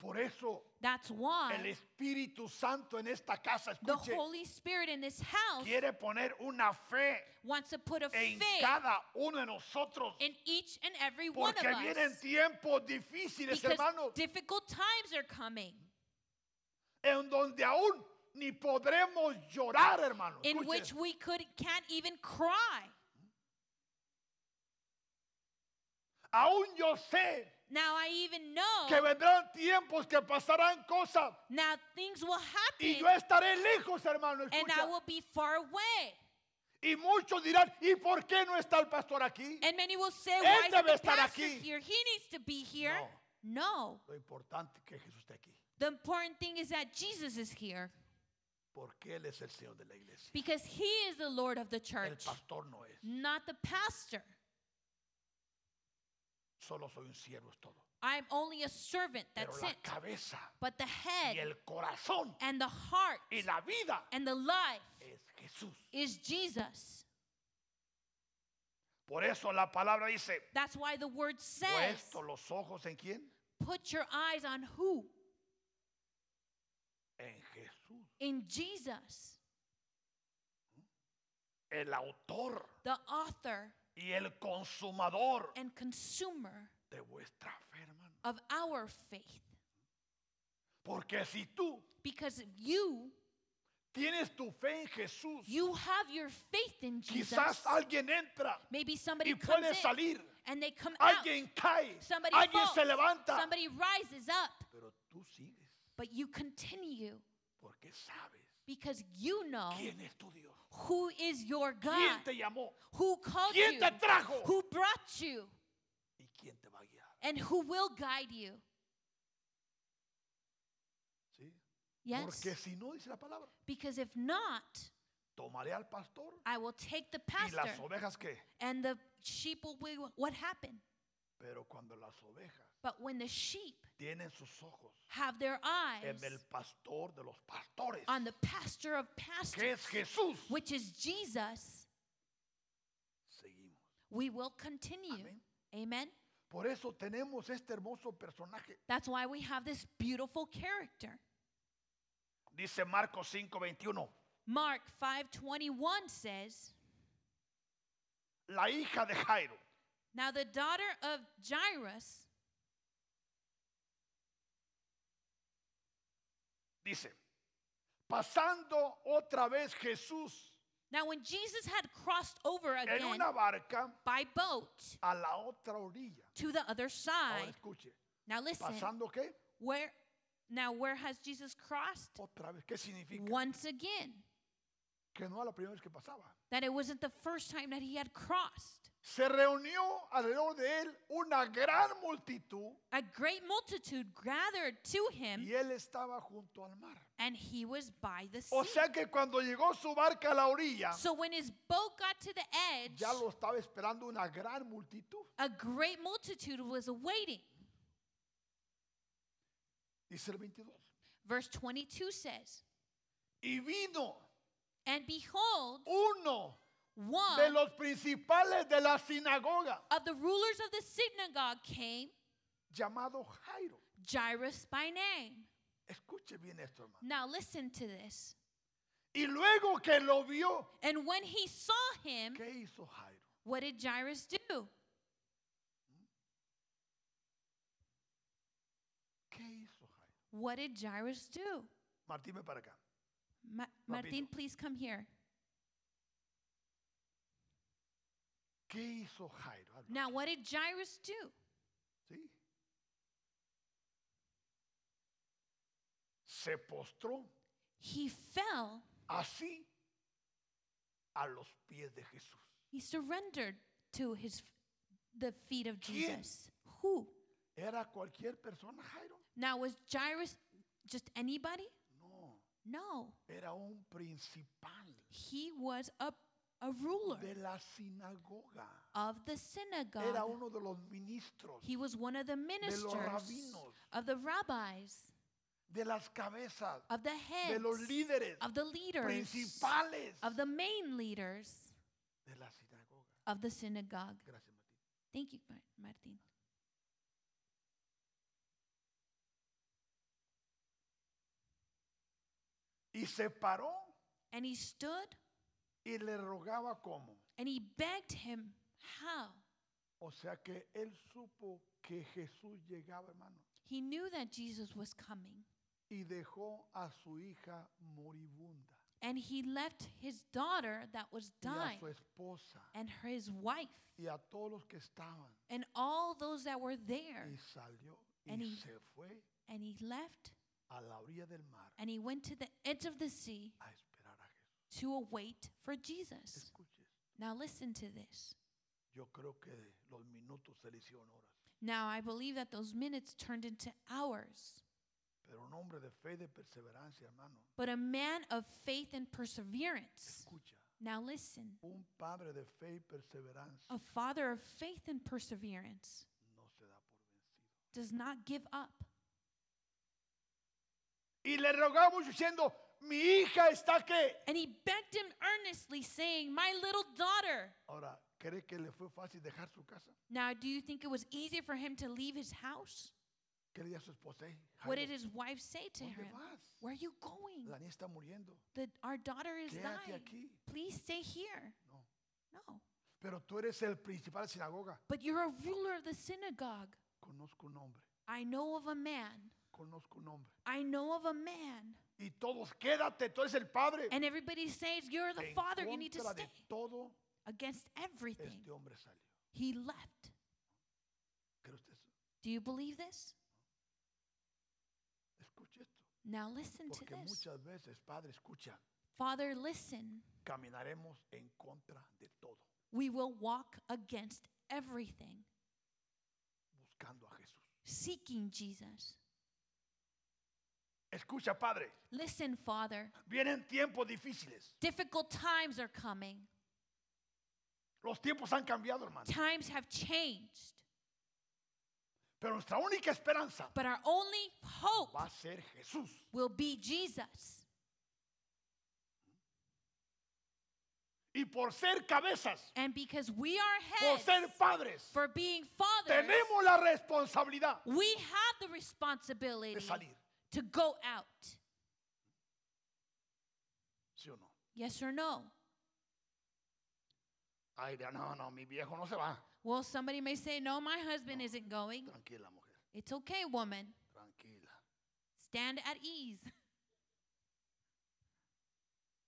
S1: Por eso
S2: That's
S1: el
S2: why
S1: Espíritu Santo en esta casa,
S2: Ah. the
S1: escuche,
S2: Holy Spirit in this house
S1: quiere poner una fe
S2: wants to put a
S1: en
S2: faith
S1: cada uno de nosotros.
S2: in each and every one of
S1: Porque vienen
S2: us
S1: tiempos difíciles,
S2: because
S1: hermanos,
S2: difficult times are coming
S1: en donde aún ni podremos llorar, hermanos.
S2: in which we could can't even cry.
S1: Aún yo sé
S2: Now I even
S1: que
S2: know
S1: vendrán tiempos que pasarán cosas
S2: now things will
S1: y
S2: happen
S1: yo estaré lejos, hermano.
S2: and I
S1: Escucha.
S2: will be far away.
S1: Y muchos dirán, ¿y por qué no está el pastor aquí?
S2: And many will say, Why
S1: debe
S2: is the
S1: estar
S2: pastor
S1: aquí."
S2: here? He needs to be here.
S1: No.
S2: No.
S1: Lo importante es que Jesús esté aquí,
S2: The important thing is that Jesus is here
S1: porque Él es el Señor de la iglesia.
S2: because he is the Lord of the
S1: El
S2: church.
S1: pastor no es,
S2: not the pastor.
S1: solo soy un siervo, es todo.
S2: I'm only a servant,
S1: Pero
S2: that's
S1: la
S2: it.
S1: cabeza
S2: But the
S1: y
S2: head
S1: el corazón
S2: and the heart
S1: y la vida
S2: and the life
S1: es Jesús.
S2: is Jesus.
S1: Por eso la palabra dice,
S2: That's why the word says,
S1: puesto los ojos en quién?
S2: put your eyes on who?
S1: En Jesús,
S2: In Jesus,
S1: el autor
S2: the author
S1: y el consumador
S2: and consumer
S1: de vuestra fe, hermano.
S2: of our faith.
S1: Porque si tú
S2: Because if you,
S1: tienes tu fe en Jesús,
S2: you have your faith in Jesus.
S1: quizás alguien entra
S2: Maybe somebody
S1: y
S2: comes
S1: puede
S2: in
S1: salir,
S2: and they come out.
S1: alguien cae,
S2: Somebody
S1: alguien
S2: falls.
S1: se levanta,
S2: Somebody rises up.
S1: pero tú sigues
S2: But you continue
S1: porque sabes
S2: because you know
S1: quién es tu Dios,
S2: who is your Oh. God,
S1: quién te llamó
S2: who called
S1: quién
S2: you,
S1: te trajo?
S2: who brought you,
S1: y quién te va a guiar.
S2: and who will guide you.
S1: ¿sí?
S2: Yes.
S1: Porque si no dice la palabra,
S2: Because if not,
S1: tomaré al pastor
S2: I will take the
S1: y
S2: pastor
S1: las ovejas qué.
S2: and the sheep will be what happened?
S1: Pero cuando las ovejas
S2: But when the sheep
S1: tienen sus ojos
S2: have their
S1: en
S2: eyes
S1: el pastor de los pastores,
S2: on the pastor of
S1: que
S2: pastors,
S1: es Jesús,
S2: which is Jesus,
S1: seguimos.
S2: we will continue.
S1: Amén.
S2: Amen.
S1: Por eso tenemos este hermoso personaje.
S2: That's why we have this beautiful character.
S1: Dice Marcos 5:21.
S2: Mark 5:21 says,
S1: La hija de Jairo
S2: "Now the daughter of Jairus,
S1: dice, pasando otra vez Jesús
S2: now when Jesus had crossed over
S1: en
S2: again
S1: una barca
S2: by boat
S1: a la otra orilla.
S2: to the other
S1: Ahora
S2: side."
S1: escuche,
S2: Now listen,
S1: pasando qué?
S2: where now where has Jesus crossed?
S1: Otra vez, ¿qué significa?
S2: Once again.
S1: Que no era la primera vez que pasaba.
S2: That it wasn't the first time that he had crossed.
S1: Se reunió alrededor de él una gran multitud
S2: A great multitude gathered to him
S1: y él estaba junto al mar.
S2: and he was by the sea.
S1: O sea que cuando llegó su barca a la orilla,
S2: so when his boat got to the edge,
S1: Ah. ya lo estaba esperando una gran multitud.
S2: a great multitude was awaiting.
S1: Dice el 22.
S2: Verse 22 says,
S1: Y vino
S2: And behold,
S1: uno
S2: one
S1: de los principales de la sinagoga,
S2: of the rulers of the synagogue came,
S1: llamado Jairo.
S2: Jairus by name.
S1: Escuche bien esto, hermano.
S2: Now listen to this.
S1: Y luego que lo vio,
S2: And when he saw him,
S1: ¿qué hizo Jairo?
S2: what did Jairus do?
S1: ¿Qué hizo Jairo?
S2: What did Jairus do?
S1: Martín, ven para acá.
S2: Ma- Martin, please come here.
S1: ¿Qué hizo Jairo? Habla,
S2: Now, what did Jairus do?
S1: ¿sí? Se postró
S2: He fell,
S1: así a los pies de Jesús.
S2: he surrendered to his the feet of
S1: ¿Quién?
S2: Jesus. Who?
S1: ¿Era cualquier persona Jairo?
S2: Now was Jairus just anybody?
S1: No,
S2: No.
S1: era un principal
S2: He was a a ruler
S1: de la sinagoga.
S2: of the
S1: Era
S2: synagogue.
S1: uno de los ministros,
S2: He was one of the ministers
S1: rabinos.
S2: of the rabbis,
S1: de las cabezas,
S2: of the
S1: de
S2: heads,
S1: los líderes
S2: of the leaders,
S1: principales
S2: of the main leaders
S1: de la sinagoga.
S2: of the synagogue.
S1: Gracias, Martín.
S2: Thank you, Mar- Martin.
S1: Y se paró
S2: And he stood
S1: y le rogaba cómo.
S2: And he begged him, How?
S1: O sea que él supo que Jesús llegaba, hermano,
S2: He knew that Jesus was coming,
S1: y dejó a su hija moribunda
S2: and he left his daughter that was
S1: y a
S2: dying,
S1: su esposa
S2: and her- his wife,
S1: y a todos los que estaban
S2: and all those that were there.
S1: y salió
S2: And
S1: y
S2: he-
S1: se fue
S2: And he left,
S1: a la orilla del mar
S2: and he went to the edge of the sea
S1: a esperar a Jesús.
S2: to await for Jesus.
S1: Escuches,
S2: Now, listen to this.
S1: yo creo que los minutos se le hicieron horas,
S2: Now, I believe that those minutes turned into hours,
S1: pero un hombre de fe y de perseverancia, hermano,
S2: but a man of faith and perseverance.
S1: escucha,
S2: Now, listen.
S1: un padre de fe y perseverancia
S2: A father of faith and perseverance
S1: no se da por vencido.
S2: does not give up.
S1: Y le rogamos diciendo, mi hija está qué.
S2: And he begged him earnestly, saying, My little daughter.
S1: Ahora, ¿cree que le fue fácil dejar su casa?
S2: Now, do you think it was easy for him to leave his house?
S1: ¿Qué le dijo a su esposa? "Hey,
S2: What
S1: Jairo,
S2: did his wife say to
S1: ¿Dónde
S2: him?
S1: vas?
S2: Where are you going?
S1: La niña está muriendo.
S2: The, our daughter is
S1: Quédate
S2: dying.
S1: aquí.
S2: Please stay here.
S1: No.
S2: No.
S1: Pero tú eres el principal de la sinagoga.
S2: But you're a ruler of the synagogue.
S1: Conozco un hombre.
S2: I know of a man.
S1: Conozco un hombre.
S2: I know of a man.
S1: Y todos, quédate. Tú eres el padre.
S2: And everybody says, You're the
S1: En
S2: father. You need to
S1: contra de
S2: stay.
S1: todo
S2: Against everything.
S1: este hombre salió.
S2: He left.
S1: ¿Cree usted eso?
S2: Do you believe this?
S1: Escuche esto.
S2: Now, listen to
S1: Porque
S2: this.
S1: muchas veces, padre, escucha,
S2: Father, listen.
S1: caminaremos en contra de todo,
S2: we will walk against everything,
S1: buscando a Jesús.
S2: seeking Jesus.
S1: Escucha, Padre,
S2: Listen, Father,
S1: vienen tiempos difíciles.
S2: difficult times are coming.
S1: Los tiempos han cambiado, hermano.
S2: Times have changed.
S1: Pero nuestra única esperanza
S2: But our only hope
S1: va a ser Jesús.
S2: will be Jesus.
S1: Y por ser cabezas,
S2: And because we are
S1: por
S2: heads
S1: ser padres,
S2: for being fathers,
S1: tenemos la responsabilidad
S2: we have the
S1: de
S2: responsibility
S1: salir.
S2: to go out.
S1: ¿Sí o no?
S2: Yes or no?
S1: Ay, dirá, no, no, mi viejo no se va.
S2: Well, somebody may say, No, my husband isn't going.
S1: Tranquila, mujer,
S2: It's okay, woman.
S1: tranquila.
S2: Stand at ease.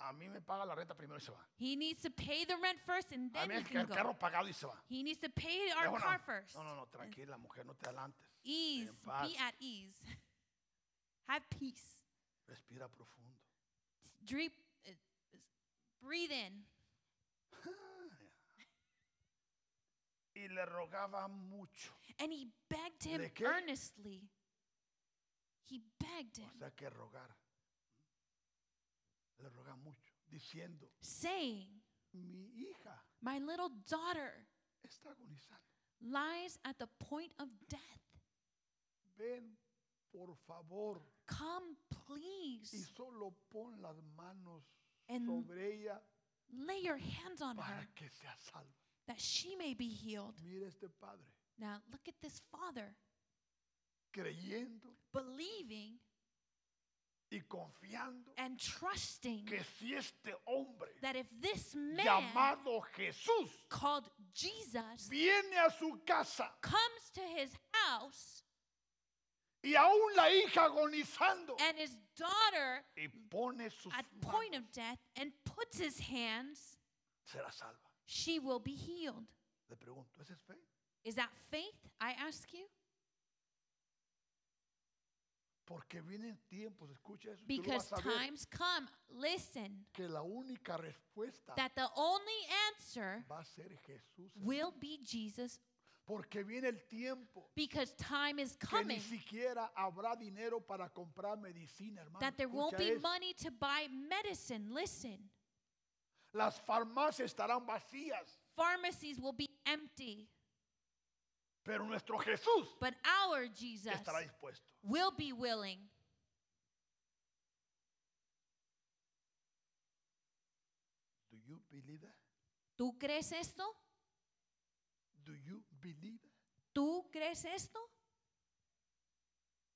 S1: A mí me paga la renta primero y se va.
S2: He needs to pay the rent first and
S1: A
S2: then
S1: mí
S2: he
S1: es que
S2: can
S1: el
S2: go.
S1: carro pagado y se va.
S2: He needs to pay our
S1: Viejo,
S2: car
S1: no.
S2: first.
S1: no, no, no, tranquila, mujer, no te adelantes.
S2: Ease.
S1: paz.
S2: Be at ease. Have peace.
S1: Respira profundo.
S2: Dreep, uh, uh, breathe in.
S1: Y le rogaba mucho.
S2: And he begged him
S1: ¿De qué?
S2: earnestly. He begged him,
S1: O sea que rogar. Le roga mucho. Diciendo,
S2: saying,
S1: mi hija
S2: My little daughter
S1: está agonizando.
S2: lies at the point of death.
S1: Ven, por favor.
S2: Come,
S1: Y
S2: please,
S1: solo pon las manos
S2: En-
S1: sobre ella
S2: lay your hands on her
S1: para que sea salva.
S2: that she may be healed.
S1: Mira este padre.
S2: Now, look at this father
S1: Creyendo
S2: believing
S1: y confiando
S2: and trusting
S1: que si este hombre
S2: that if this man
S1: llamado Jesús
S2: called Jesus
S1: viene a su casa
S2: comes to his house
S1: y aún la hija agonizando
S2: and his daughter
S1: y pone sus
S2: at
S1: manos,
S2: point of death and puts his hands,
S1: será salva.
S2: she will be healed.
S1: Le pregunto, ¿esa es fe?
S2: Is that faith? I ask you.
S1: Porque vienen tiempos, escucha eso, tú lo
S2: Because
S1: vas a ver,
S2: times come. Listen,
S1: que la única respuesta
S2: that the only answer
S1: va a ser Jesús.
S2: will be Jesus
S1: Porque viene el tiempo
S2: because time is
S1: que ni
S2: coming.
S1: siquiera habrá dinero para comprar medicina, hermano.
S2: That there won't
S1: Escucha
S2: be
S1: eso.
S2: money to buy medicine. Listen,
S1: Las farmacias estarán vacías,
S2: pharmacies will be empty,
S1: pero nuestro Jesús
S2: but our Jesus
S1: estará dispuesto.
S2: will be willing.
S1: Do you believe that?
S2: ¿Tú crees esto?
S1: Do you believe that?
S2: ¿Tú crees esto?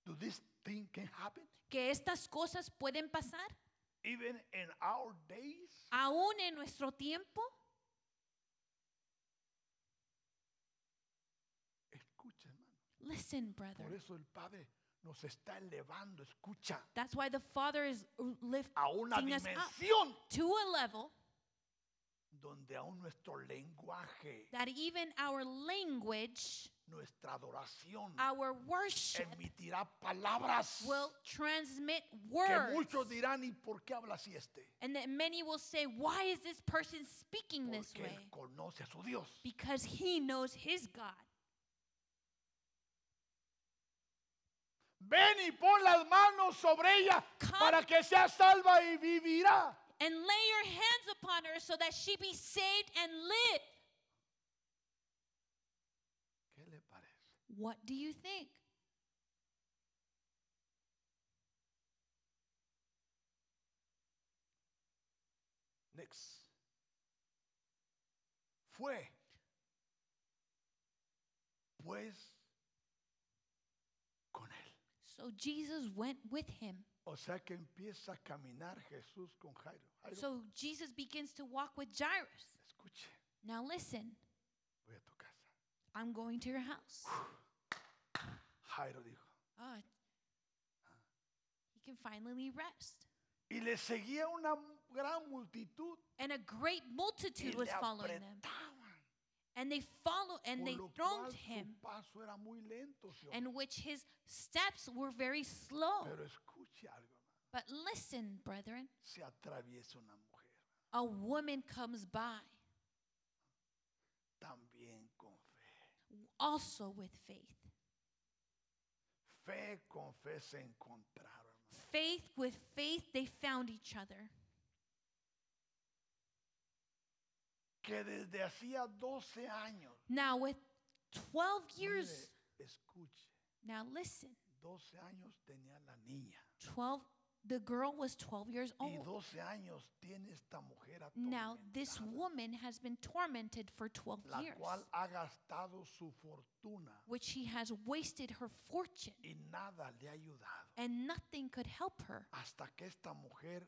S1: Do this thing can happen?
S2: ¿Que estas cosas pueden pasar?
S1: Even in our days,
S2: aún en nuestro tiempo,
S1: escucha, hermano.
S2: listen,
S1: Por
S2: brother.
S1: eso el Padre nos está elevando, escucha,
S2: That's why the Father is
S1: a una
S2: lifting us up
S1: dimensión
S2: to a level
S1: donde aún nuestro lenguaje,
S2: that even our language,
S1: nuestra adoración
S2: our worship,
S1: emitirá palabras
S2: will transmit
S1: que
S2: words.
S1: muchos dirán, ¿y por qué habla así este?
S2: And that many will say, Why is this person speaking this
S1: Porque
S2: way?
S1: él conoce a su Dios.
S2: Because he knows his God.
S1: Ven y pon las manos sobre ella
S2: Come.
S1: para que sea salva y vivirá.
S2: And lay your hands upon her so that she be saved and live.
S1: ¿Qué le parece?
S2: What do you think?
S1: Next. Fue. Pues con él.
S2: So Jesus went with him.
S1: O sea que empieza a caminar Jesús con Jairo. Jairo,
S2: So Jesus begins to walk with Jairus.
S1: escuche,
S2: Now listen,
S1: voy a tu casa.
S2: I'm going to your house.
S1: Jairo dijo.
S2: Ah, he can finally rest.
S1: Y le seguía una gran multitud.
S2: And a great
S1: Y
S2: multitude was
S1: le
S2: following them.
S1: apretaban.
S2: And they followed and
S1: por
S2: they
S1: lo cual
S2: thronged
S1: su
S2: him,
S1: paso era muy lento. sí, hombre.
S2: in which his steps were very slow.
S1: Pero escuche algo. hermano.
S2: But listen, brethren,
S1: Se atraviesa una mujer
S2: a woman comes by
S1: también con fe.
S2: also with faith.
S1: Fe con fe se encontraron. hermano.
S2: Faith with faith, they found each other.
S1: que desde hacía 12 años,
S2: Now, with 12 years,
S1: mire, escuche,
S2: now listen,
S1: 12 años tenía la niña
S2: 12, the girl was 12 years
S1: y
S2: old.
S1: 12 años tiene esta mujer
S2: Oh. Now, this
S1: atormentada,
S2: woman has been tormented for 12
S1: la
S2: years,
S1: cual ha gastado su fortuna
S2: which she has wasted her fortune,
S1: y nada le ha ayudado
S2: and nothing could help her
S1: hasta que esta mujer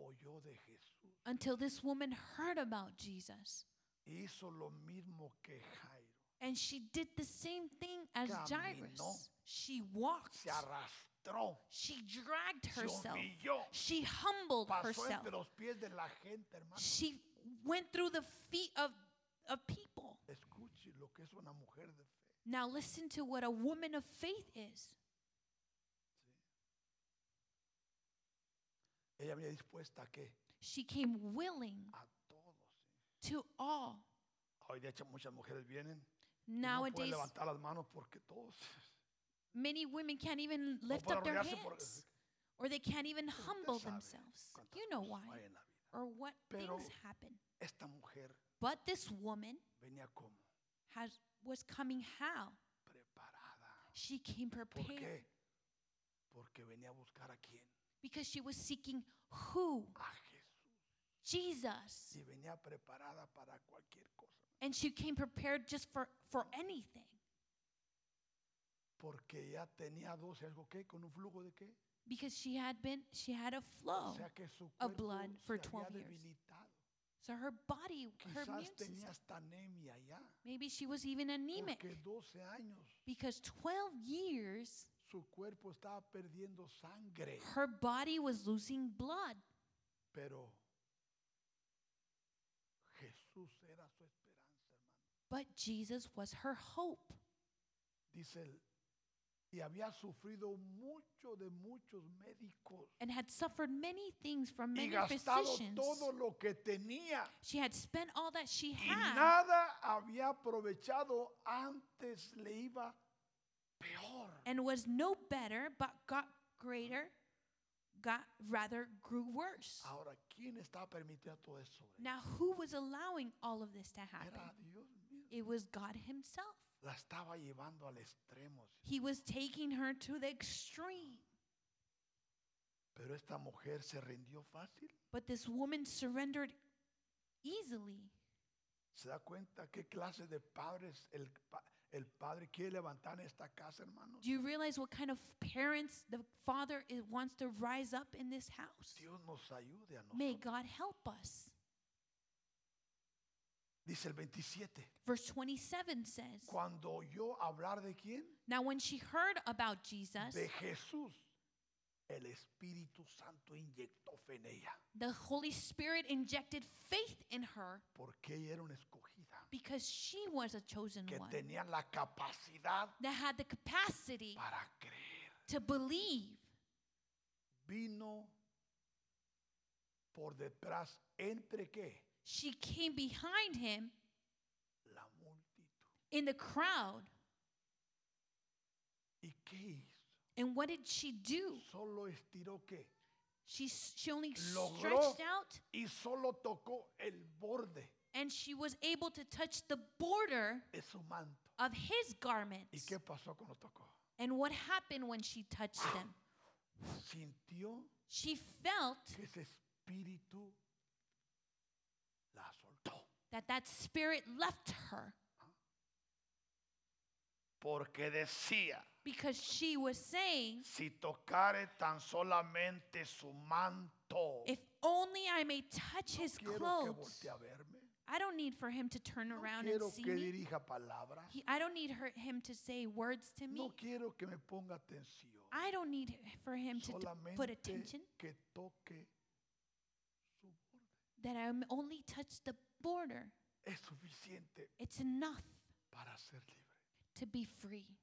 S1: oyó de Jesús
S2: until this woman heard about Jesus.
S1: y hizo lo mismo que Jairo,
S2: And she did the same thing as
S1: Caminó.
S2: Jairus. She walked,
S1: se arrastró,
S2: she dragged
S1: se
S2: herself,
S1: humilló,
S2: she humbled
S1: pasó
S2: herself,
S1: entre los pies de la gente, hermano.
S2: she went through the feet of, of people.
S1: Escuche lo que es una mujer de fe.
S2: Now, listen to what a woman of faith is.
S1: Ella había dispuesta a qué?
S2: She came willing
S1: A todos.
S2: to all.
S1: Hoy de hecho muchas mujeres vienen y no pueden
S2: Nowadays,
S1: levantar las manos porque todos
S2: many women can't even
S1: no
S2: lift
S1: pueden
S2: up their
S1: arrodillarse por-
S2: hands, or they can't even
S1: Usted
S2: humble
S1: sabe
S2: themselves.
S1: cuántas
S2: You know
S1: cosas
S2: why,
S1: hay en la vida.
S2: or what
S1: Pero-
S2: things happen.
S1: Esta mujer
S2: But this woman
S1: venía como
S2: has was coming how?
S1: preparada.
S2: She came
S1: ¿Por
S2: prepared
S1: qué? Porque venía a buscar a quién?
S2: because she was seeking who?
S1: A Jesús.
S2: Jesus.
S1: Y venía preparada para cualquier cosa.
S2: And she came prepared just for, for anything
S1: Porque ya tenía 12 algo qué con un flujo de qué?
S2: because she had been she had a
S1: O
S2: flow.
S1: sea que su
S2: of
S1: cuerpo
S2: Oh, blood
S1: se
S2: for
S1: había
S2: 12 years.
S1: debilitado.
S2: So her body, her
S1: Quizás
S2: immune system,
S1: tenía hasta anemia ya.
S2: maybe she was even anemic
S1: Porque 12 años
S2: because 12 years
S1: su cuerpo estaba perdiendo sangre,
S2: her body was losing blood,
S1: pero Jesús era su esperanza, hermano.
S2: but Jesus was her hope.
S1: Dice él, y había sufrido mucho de muchos médicos
S2: and had suffered many things from
S1: y
S2: many
S1: gastado
S2: physicians.
S1: todo lo que tenía
S2: She had spent all that she
S1: y
S2: had,
S1: nada había aprovechado, antes le iba peor.
S2: and was no better, but got greater, got rather grew worse.
S1: Ahora, ¿quién estaba permitiendo todo eso?
S2: Now, who was allowing all of this to happen?
S1: Era Dios mismo.
S2: It was God Himself.
S1: La estaba llevando al extremo.
S2: He was taking her to the extreme.
S1: Pero esta mujer se rindió fácil.
S2: But this woman surrendered easily.
S1: ¿Se da cuenta qué clase de padres el, pa- el padre quiere levantar en esta casa, hermano?
S2: Do you realize what kind of parents the father i- wants to rise up in this house?
S1: Dios nos ayude a
S2: May
S1: nosotros.
S2: God help us.
S1: Dice el 27.
S2: Verse 27 says,
S1: Cuando oyó hablar de quién?
S2: Now, when she heard about Jesus,
S1: De Jesús. El Espíritu Santo inyectó fe en ella.
S2: the Holy Spirit injected faith in her
S1: Porque ella era una escogida.
S2: because she was a chosen
S1: Que
S2: one
S1: tenía la capacidad
S2: that had the capacity
S1: para creer.
S2: to believe.
S1: Vino por detrás. ¿Entre qué?
S2: She came behind him
S1: La multitud.
S2: in the crowd.
S1: ¿Y qué hizo?
S2: And what did she do?
S1: Solo estiró qué?
S2: She, s- she only
S1: Logró.
S2: stretched out
S1: y solo tocó el borde
S2: and she was able to touch the border
S1: de su manto.
S2: of
S1: ¿Y
S2: his garments.
S1: qué pasó cuando tocó?
S2: And what happened when she touched them?
S1: Sintió
S2: She felt
S1: que ese espíritu la soltó.
S2: that that spirit left her
S1: Porque decía,
S2: because she was saying,
S1: si tocare tan solamente su manto,
S2: If only I may touch
S1: no
S2: his
S1: quiero que
S2: clothes.
S1: voltee a verme.
S2: I don't need for him to turn
S1: No
S2: around and
S1: quiero
S2: see
S1: que
S2: me.
S1: dirija palabras.
S2: He, I don't need her, him to say words to me.
S1: No quiero que me ponga atención.
S2: I don't need h- for him to t- put attention.
S1: Solamente que toque su borde.
S2: That I am only touch the border.
S1: Es suficiente
S2: It's enough
S1: para ser libre.
S2: to be free.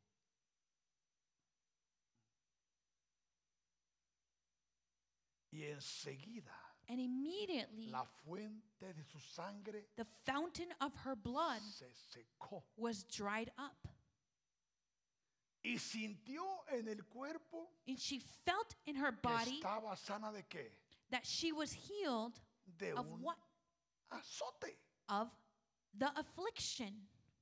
S1: Y enseguida
S2: And immediately,
S1: la fuente de su sangre
S2: the fountain of her blood
S1: se secó.
S2: was dried up.
S1: y sintió en el cuerpo
S2: And she felt in her
S1: que
S2: body
S1: estaba sana de qué?
S2: that she was healed
S1: De
S2: of
S1: un
S2: what?
S1: azote.
S2: Of the affliction.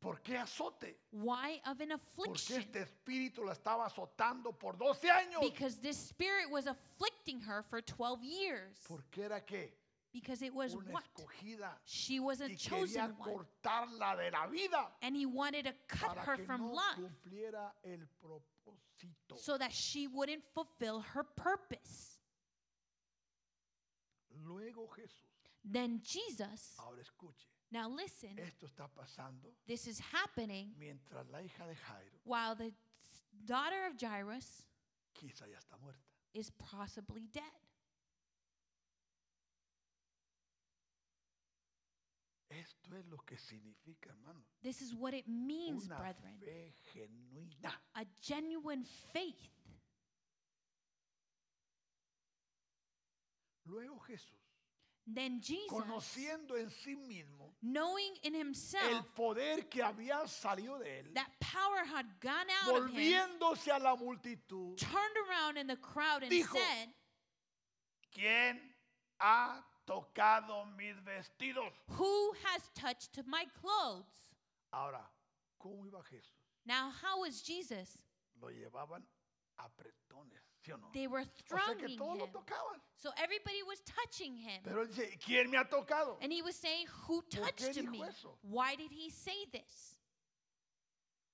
S1: ¿Por qué azote?
S2: Why of an
S1: Porque
S2: affliction?
S1: este espíritu la estaba azotando por 12 años.
S2: Because this spirit was afflicting her for 12 years.
S1: Porque era que
S2: Because it was
S1: una
S2: what?
S1: escogida
S2: She was a
S1: y
S2: chosen
S1: quería
S2: one.
S1: cortarla de la vida
S2: And he wanted to cut
S1: para
S2: her
S1: que
S2: from
S1: no
S2: life
S1: cumpliera el propósito.
S2: so that she wouldn't fulfill her purpose.
S1: Luego Jesús,
S2: Then Jesus,
S1: ahora escuche,
S2: now listen,
S1: esto está pasando
S2: this is happening
S1: mientras la hija de Jairo
S2: while the s- daughter of Jairus
S1: quizá ya está muerta.
S2: is possibly dead.
S1: Esto es lo que significa, hermano.
S2: This is what it means,
S1: una
S2: brethren.
S1: fe genuina.
S2: A genuine faith.
S1: Luego Jesús,
S2: Then Jesus,
S1: conociendo en sí mismo
S2: knowing in
S1: el
S2: himself
S1: poder que había salido de él,
S2: that power had gone out of him,
S1: volviéndose a la multitud,
S2: turned around in the crowd and
S1: Dijo,
S2: said,
S1: ¿quién ha tocado mis vestidos?
S2: Who has touched my clothes?
S1: Ahora, ¿cómo iba Jesús?
S2: Now, how was Jesus?
S1: Lo llevaban apretones, ¿sí o no?
S2: They
S1: O
S2: were
S1: sea que
S2: thronging
S1: todos lo
S2: him.
S1: tocaban.
S2: So everybody was touching him.
S1: Pero él dice, ¿quién me ha tocado?
S2: And he was saying, Who
S1: qué
S2: touched
S1: dijo
S2: me?
S1: eso?
S2: Why did he say this?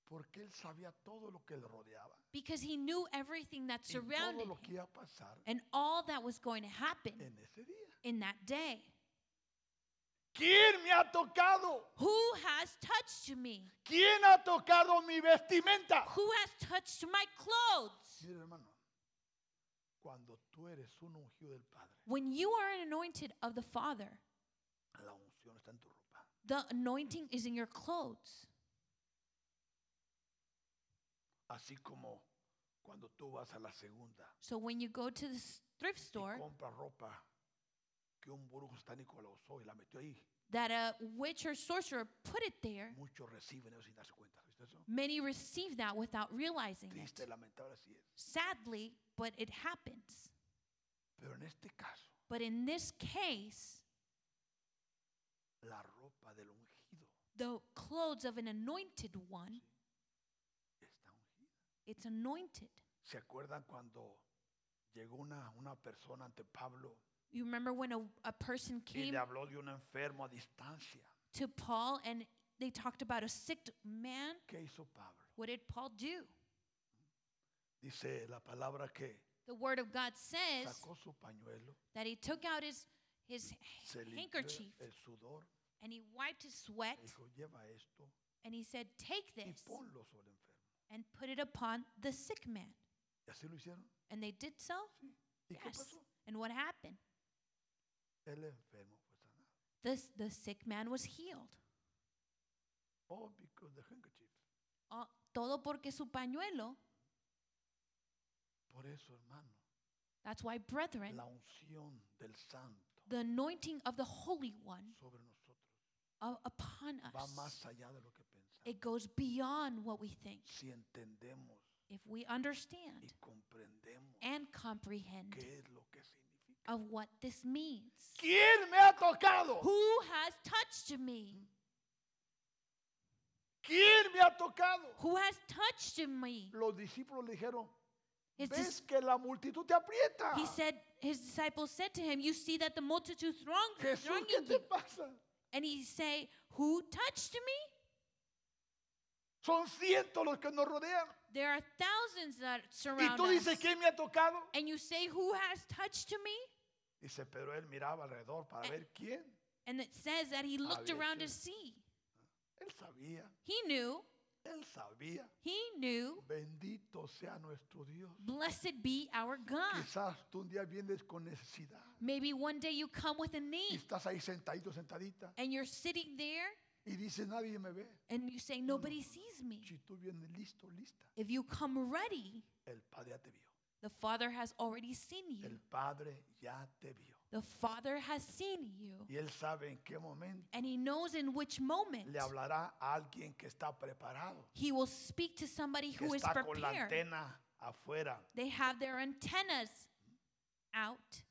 S1: Porque él sabía todo lo que le rodeaba.
S2: Because he knew everything that
S1: Y todo
S2: surrounded
S1: lo que
S2: him
S1: iba a pasar
S2: and all that was going to happen
S1: en ese día.
S2: in that day.
S1: ¿Quién me ha tocado?
S2: Who has touched me?
S1: ¿Quién ha tocado mi vestimenta?
S2: Who has touched my clothes?
S1: Mira, hermano, cuando tú eres un ungido del Padre,
S2: When you are an anointed of the Father,
S1: la unción está en tu ropa.
S2: the anointing is in your clothes.
S1: Así como cuando tú vas a la segunda
S2: So when you go to the s- thrift
S1: y
S2: store,
S1: compras ropa que un brujo satánico la usó y la metió ahí,
S2: that a witch or sorcerer put it there,
S1: muchos reciben eso sin darse cuenta. ¿Viste eso?
S2: many receive that without realizing
S1: Triste,
S2: it.
S1: lamentable, así es.
S2: Sadly, but it happens.
S1: Pero en este caso,
S2: But in this case,
S1: la ropa del ungido
S2: the clothes of an anointed one,
S1: está ungida.
S2: it's anointed.
S1: ¿Se acuerdan cuando llegó una, una persona ante Pablo
S2: You remember when a, a person
S1: y
S2: came
S1: le habló de un enfermo a distancia?
S2: to Paul and they talked about a sick man?
S1: ¿Qué hizo Pablo?
S2: What did Paul do?
S1: Dice la palabra que
S2: The word of God says
S1: sacó su pañuelo,
S2: that he took out his, his
S1: se limpió
S2: handkerchief
S1: el sudor,
S2: and he wiped his sweat
S1: dijo, lleva esto
S2: and he said, Take
S1: y
S2: this.
S1: ponlo sobre el enfermo.
S2: and put it upon the sick man.
S1: ¿Y así lo hicieron?
S2: And they did so?
S1: Sí. ¿Y qué
S2: Yes.
S1: pasó?
S2: And what happened?
S1: El enfermo fue sanado.
S2: The, s- the sick man was healed.
S1: Oh, because the handkerchief.
S2: Ah, todo porque su pañuelo.
S1: Por eso, hermano,
S2: That's why, brethren,
S1: la unción del santo
S2: the anointing of the Holy One
S1: sobre nosotros
S2: uh, upon
S1: va
S2: us,
S1: más allá de lo que pensamos.
S2: it goes beyond what we think.
S1: Si entendemos
S2: If
S1: y
S2: we understand
S1: comprendemos
S2: and comprehend
S1: qué es lo que significa.
S2: of what this means.
S1: ¿Quién me ha tocado?
S2: Who has touched me?
S1: ¿Quién me ha tocado?
S2: Who has touched me?
S1: Los discípulos le dijeron,
S2: His dis-
S1: ves que la multitud te aprieta.
S2: He said, his disciples said to him, "You see that the multitude throng,
S1: Jesús, ¿qué
S2: thronging
S1: te
S2: you."
S1: pasa?
S2: And he say, "Who touched me?"
S1: Son cientos los que nos rodean.
S2: There are thousands that
S1: Y
S2: surround
S1: tú dices,
S2: us.
S1: ¿quién me ha tocado?
S2: And you say, "Who has touched me?"
S1: Dice, pero él miraba alrededor para
S2: Eh.
S1: ver quién.
S2: And it says that he looked
S1: Había
S2: around to
S1: sido.
S2: see.
S1: Él sabía,
S2: He knew.
S1: él sabía.
S2: He knew.
S1: Bendito sea nuestro Dios.
S2: Blessed be our God.
S1: Quizás tú un día vienes con necesidad.
S2: Maybe one day you come with a
S1: Y
S2: need
S1: estás ahí sentadito, sentadita.
S2: and you're sitting there
S1: Y dices, nadie me ve.
S2: and you say, "Nobody sees me."
S1: Si tú vienes listo, lista,
S2: If you come ready,
S1: el Padre ya te vio.
S2: the Father has already seen you.
S1: El Padre ya te vio.
S2: The Father has seen you,
S1: y Él sabe en qué momento
S2: and He knows in which moment
S1: le hablará a alguien que está preparado,
S2: He will speak to somebody
S1: que
S2: who is
S1: está con la
S2: prepared.
S1: antena afuera.
S2: They have their antennas out,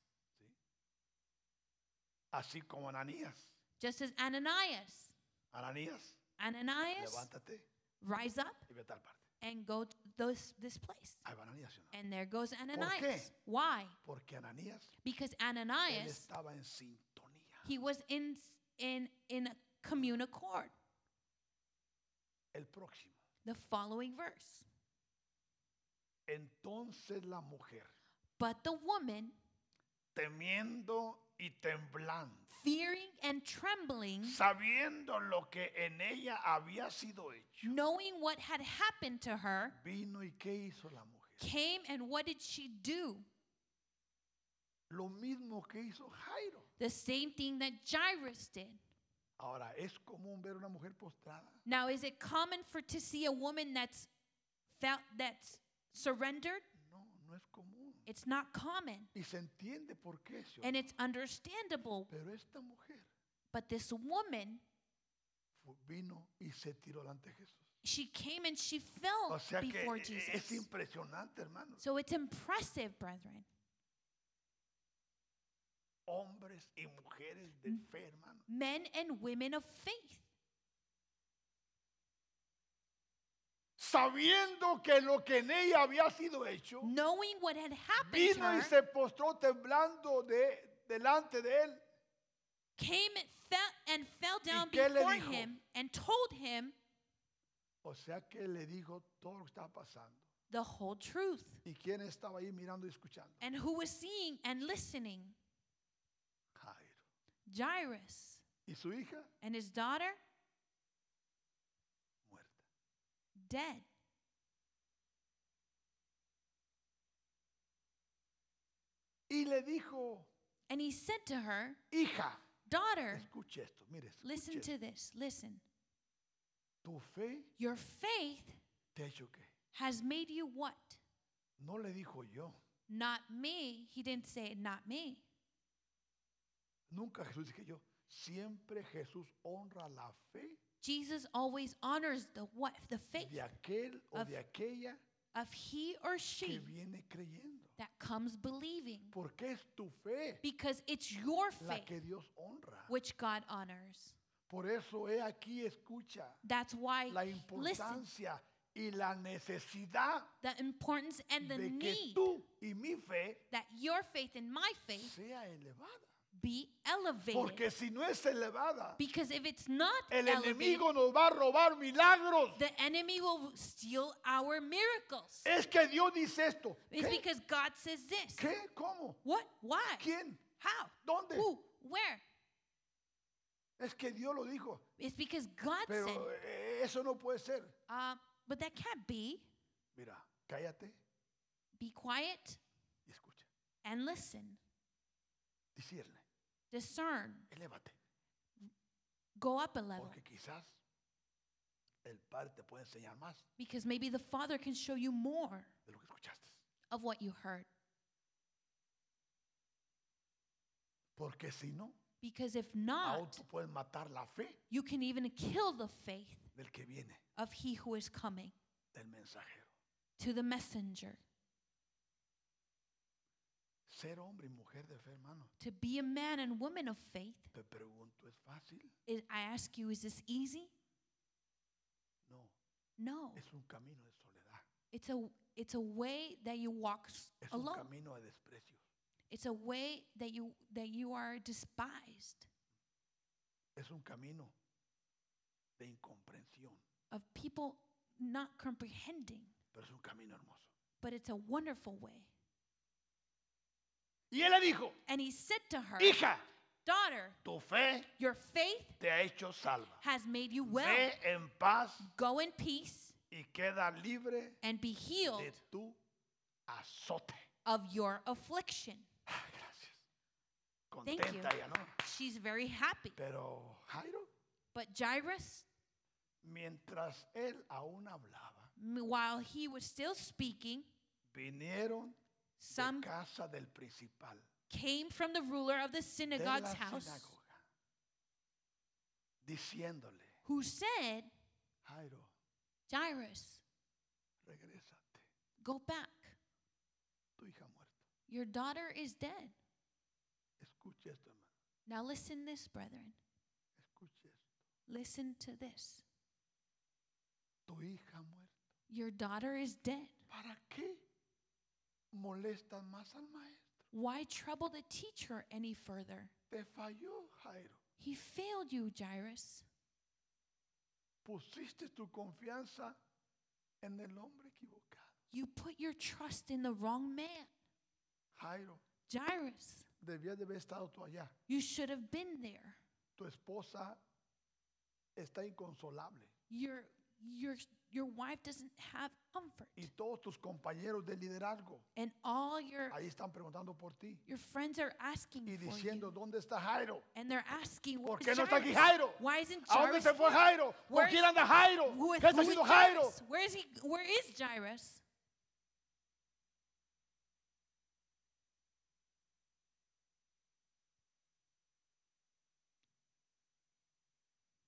S1: Así como Ananías.
S2: just as Ananias.
S1: Ananías,
S2: Ananias,
S1: levántate
S2: rise up
S1: y ve a tal parte.
S2: and go to this, this place.
S1: Ahí va Ananías. ¿sí o no?
S2: And there goes
S1: qué?
S2: Ananias. Why?
S1: Porque Ananías,
S2: Because
S1: él
S2: Ananias,
S1: estaba en sintonía.
S2: he was in, in, in a commune accord.
S1: El próximo.
S2: The following verse.
S1: Entonces la mujer,
S2: But the woman,
S1: temiendo y temblando,
S2: fearing and trembling,
S1: sabiendo lo que en ella había sido hecho,
S2: knowing what had happened to her,
S1: vino y qué hizo la mujer.
S2: came and what did she do?
S1: Lo mismo que hizo Jairo.
S2: The same thing that Jairus did.
S1: Ahora, es común ver una mujer postrada.
S2: Now, is it common for to see a woman that's felt that's surrendered?
S1: No, no es común.
S2: It's not common,
S1: Y se entiende por qué. ¿sí o
S2: and
S1: no?
S2: it's understandable.
S1: Pero esta mujer
S2: But this woman,
S1: fu- vino y se tiró delante de Jesús.
S2: she came and she
S1: O
S2: fell
S1: sea que
S2: Oh, before
S1: e- e- es
S2: Jesus.
S1: impresionante, hermanos.
S2: So it's impressive, brethren.
S1: Hombres y mujeres de
S2: Mm.
S1: fe, hermano.
S2: Men and women of faith,
S1: Sabiendo que lo que en ella había sido hecho,
S2: knowing what had happened to
S1: vino y
S2: her,
S1: se postró temblando de, delante de él.
S2: came and fell, and fell down
S1: qué le
S2: before
S1: dijo?
S2: him and told him
S1: O sea que le dijo todo lo que estaba pasando.
S2: the whole truth.
S1: ¿Y quién estaba ahí mirando y escuchando?
S2: And who was seeing and listening?
S1: Jairo.
S2: Jairus
S1: ¿Y su hija?
S2: and his daughter
S1: Muerta.
S2: dead.
S1: Y le dijo,
S2: And he said to her,
S1: hija,
S2: Daughter,
S1: escuche esto, mire, escuche
S2: listen
S1: esto.
S2: to this. Listen.
S1: tu fe
S2: Your faith
S1: te ha hecho qué.
S2: has made you what?
S1: No le dijo yo.
S2: Not me. He didn't say, Not me.
S1: Nunca Jesús dije yo. Siempre Jesús honra la fe
S2: Jesus always honors the what? The faith
S1: de aquel o
S2: Of-
S1: de aquella
S2: of he or
S1: que
S2: she
S1: viene creyendo.
S2: that comes believing.
S1: Porque es tu fe
S2: Because it's your
S1: la que
S2: faith
S1: Dios honra.
S2: which God honors.
S1: Por eso he aquí escucha
S2: That's why,
S1: la
S2: listen,
S1: importancia y la necesidad
S2: the importance and the
S1: de que
S2: need
S1: tú y mi fe
S2: that your faith and my faith
S1: sea elevada.
S2: be elevated.
S1: Porque si no es elevada,
S2: Because if it's not
S1: el
S2: elevated,
S1: enemigo nos va a robar milagros.
S2: the enemy will steal our miracles.
S1: Es que Dios dice esto.
S2: It's
S1: Eh, ¿Qué?
S2: because God says this.
S1: ¿Qué? ¿Cómo?
S2: What? Why?
S1: ¿Quién?
S2: How?
S1: ¿Dónde?
S2: Who? Where?
S1: Es que Dios lo dijo.
S2: It's because God said.
S1: Pero eh, eso no puede ser.
S2: Um, but that can't be.
S1: Mira, cállate
S2: Be quiet
S1: y escucha.
S2: and listen.
S1: Discierne,
S2: Discern.
S1: elévate.
S2: Go up a level.
S1: Porque quizás el Padre te puede enseñar más
S2: Because maybe the Father can show you more
S1: de lo que escuchaste.
S2: of what you heard.
S1: Porque si no,
S2: Because if
S1: aún
S2: not,
S1: tú puedes matar la fe
S2: you can even kill the faith
S1: del que viene,
S2: of he who is coming
S1: del mensajero.
S2: to the messenger.
S1: Ser hombre y mujer de fe, hermano.
S2: To be a man and woman of faith,
S1: Te pregunto, ¿es fácil?
S2: I I ask you, is this easy?
S1: No,
S2: No.
S1: es un camino de soledad.
S2: It's a it's a way that you walk s-
S1: Es un
S2: alone.
S1: camino de desprecio.
S2: It's a way that you that you are despised
S1: Es un camino de incomprensión.
S2: of people not comprehending,
S1: Pero es un camino hermoso.
S2: but it's a wonderful way.
S1: Y él le dijo,
S2: And he said to her,
S1: hija,
S2: "Daughter,
S1: tu fe
S2: your faith
S1: te ha hecho salva.
S2: has made you well.
S1: Ve en paz
S2: Go in peace
S1: y queda libre
S2: and be healed
S1: de tu azote.
S2: of your affliction."
S1: Ah, Gracias.
S2: you.
S1: Contenta ella, ¿no?
S2: She's very happy.
S1: Pero Jairo,
S2: But Jairus,
S1: mientras él aún hablaba,
S2: m- while he was still speaking,
S1: vinieron
S2: some
S1: de casa del principal
S2: came from the ruler of the
S1: de
S2: synagogue's
S1: la
S2: house,
S1: sinagoga, diciéndole,
S2: who said,
S1: Jairo,
S2: Jairus,
S1: regrésate,
S2: go back.
S1: tu hija muerta.
S2: Your daughter is dead.
S1: Escuche esto, hermano,
S2: Now listen this, brethren.
S1: escuche esto.
S2: Listen to this.
S1: Tu hija muerta.
S2: Your daughter is dead.
S1: ¿Para qué molestas más al maestro?
S2: Why trouble the teacher any further?
S1: Te falló, Jairo.
S2: He failed you, Jairus.
S1: Pusiste tu confianza en el hombre equivocado.
S2: You put your trust in the wrong man.
S1: Jairo,
S2: Jairus,
S1: debías de haber estado tú allá.
S2: you should have been there.
S1: Tu esposa está inconsolable.
S2: Your your your wife doesn't have comfort.
S1: Y todos tus compañeros de liderazgo
S2: And all your
S1: ahí están preguntando por ti.
S2: your friends are asking
S1: Y
S2: Mm, for you.
S1: diciendo, ¿dónde está Jairo?
S2: And they're asking,
S1: ¿Por
S2: "Where's
S1: qué no está aquí
S2: Jairus?
S1: Jairo?
S2: Why isn't
S1: ¿A dónde
S2: Jairus
S1: se fue
S2: here?
S1: Jairo? ¿Con
S2: Where's-
S1: quién anda Jairo?
S2: Who is-
S1: ¿Qué está
S2: who is
S1: haciendo Jairo?
S2: Jairus? Where is he? Where is Jairus?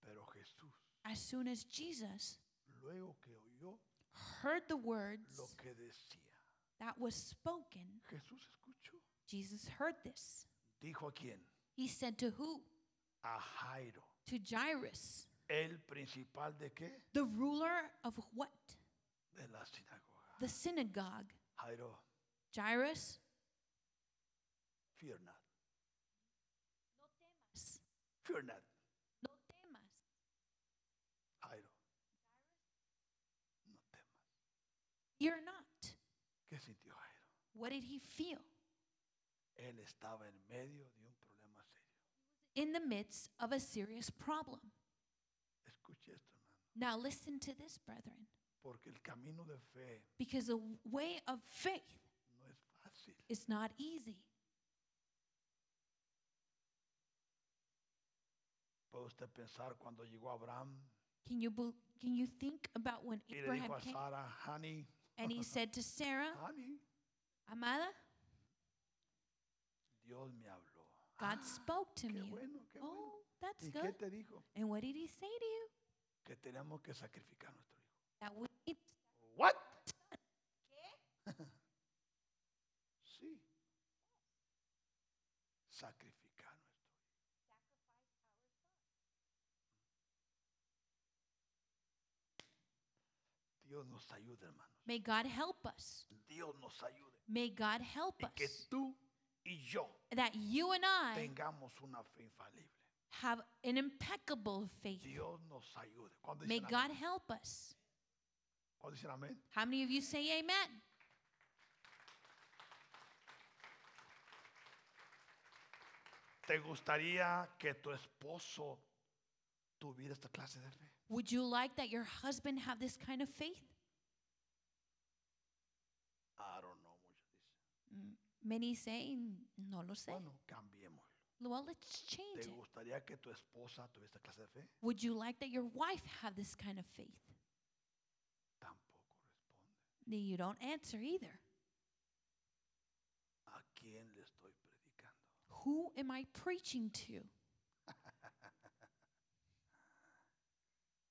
S1: Pero Jesús,
S2: As soon as Jesus
S1: luego que oyó
S2: heard the words
S1: lo que decía,
S2: that was spoken,
S1: Jesús escuchó.
S2: Jesus heard this.
S1: Dijo a quién?
S2: He said to who?
S1: A Jairo.
S2: To Jairus,
S1: El principal de qué?
S2: the ruler of what?
S1: De la sinagoga.
S2: The synagogue.
S1: Jairo,
S2: Jairus,
S1: fear not.
S2: s-
S1: Fear not,
S2: no temas.
S1: Jairo. No temas.
S2: Fear not.
S1: ¿Qué sintió Jairo?
S2: What did he feel?
S1: Él estaba en medio de un problema serio.
S2: In the midst of a serious problem.
S1: Escuche esto, hermano.
S2: Now listen to this, brethren,
S1: Porque el camino de fe
S2: because the way of faith
S1: no es fácil.
S2: is not easy.
S1: Puede usted pensar cuando llegó Abraham
S2: Can you bel can you think about when
S1: y le
S2: Abraham
S1: dijo a
S2: came
S1: Sara, honey,
S2: and he said to Sarah,
S1: honey,
S2: "Amada,
S1: Dios me habló.
S2: God
S1: Ah,
S2: spoke to
S1: qué
S2: me."
S1: bueno, qué
S2: Oh,
S1: bueno.
S2: that's
S1: ¿Y qué
S2: good.
S1: te dijo?
S2: And what did he say to you?
S1: Que tenemos que sacrificar a nuestro hijo.
S2: That we need
S1: What? sí. Sacrificar nuestro hijo. Dios nos ayude, hermanos.
S2: May God help us.
S1: Dios nos ayude.
S2: May God help
S1: Y que
S2: us
S1: tú y yo
S2: that you and I
S1: tengamos una fe infalible.
S2: have an impeccable faith.
S1: Dios nos ayude. Cuando
S2: May
S1: dicen,
S2: God
S1: amén?
S2: help us.
S1: Cuando dicen amén.
S2: How many of you say amen?
S1: ¿Te gustaría que tu esposo tuviera esta clase de fe?
S2: Would you like that your husband have this kind of faith?
S1: I don't know, muchos dicen.
S2: Mm, Many say, no lo sé.
S1: Bueno, cambiémoslo.
S2: Well, let's change
S1: ¿Te
S2: it.
S1: gustaría que tu esposa tuviera esta clase de fe?
S2: Would you like that your wife have this kind of faith?
S1: Tampoco responde.
S2: Then You don't answer either.
S1: ¿A quién le estoy predicando?
S2: Who am I preaching to?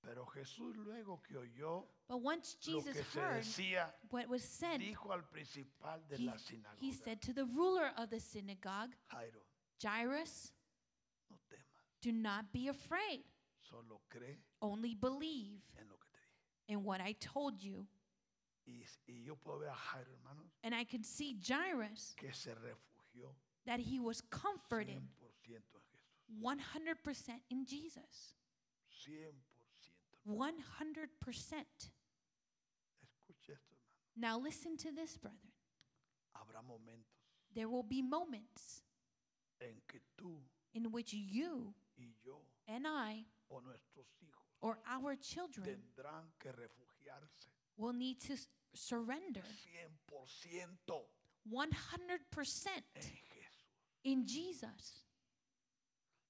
S1: Pero Jesús luego que oyó
S2: But once
S1: lo
S2: Jesus
S1: que se
S2: heard
S1: decía,
S2: what was said,
S1: dijo al principal de
S2: he,
S1: la
S2: he
S1: sinagoga,
S2: said to the ruler of the synagogue,
S1: Jairo,
S2: Jairus,
S1: no temas,
S2: do not be afraid.
S1: solo cree
S2: Only believe
S1: en lo que te dije.
S2: in what I told you.
S1: Y, y yo puedo ver a Jairo, hermanos,
S2: And I could see Jairus
S1: que se refugió
S2: that he was comforted
S1: 100% en Jesús.
S2: 100% in Jesus.
S1: 100%.
S2: 100%.
S1: Escucha esto, hermano.
S2: Now listen to this, brethren.
S1: Habrá momentos
S2: There will be moments
S1: en que tú
S2: in which you
S1: y yo
S2: and I
S1: o nuestros hijos
S2: or our children
S1: tendrán que refugiarse
S2: will need to s- surrender
S1: 100%
S2: 100%
S1: en Jesús.
S2: in Jesus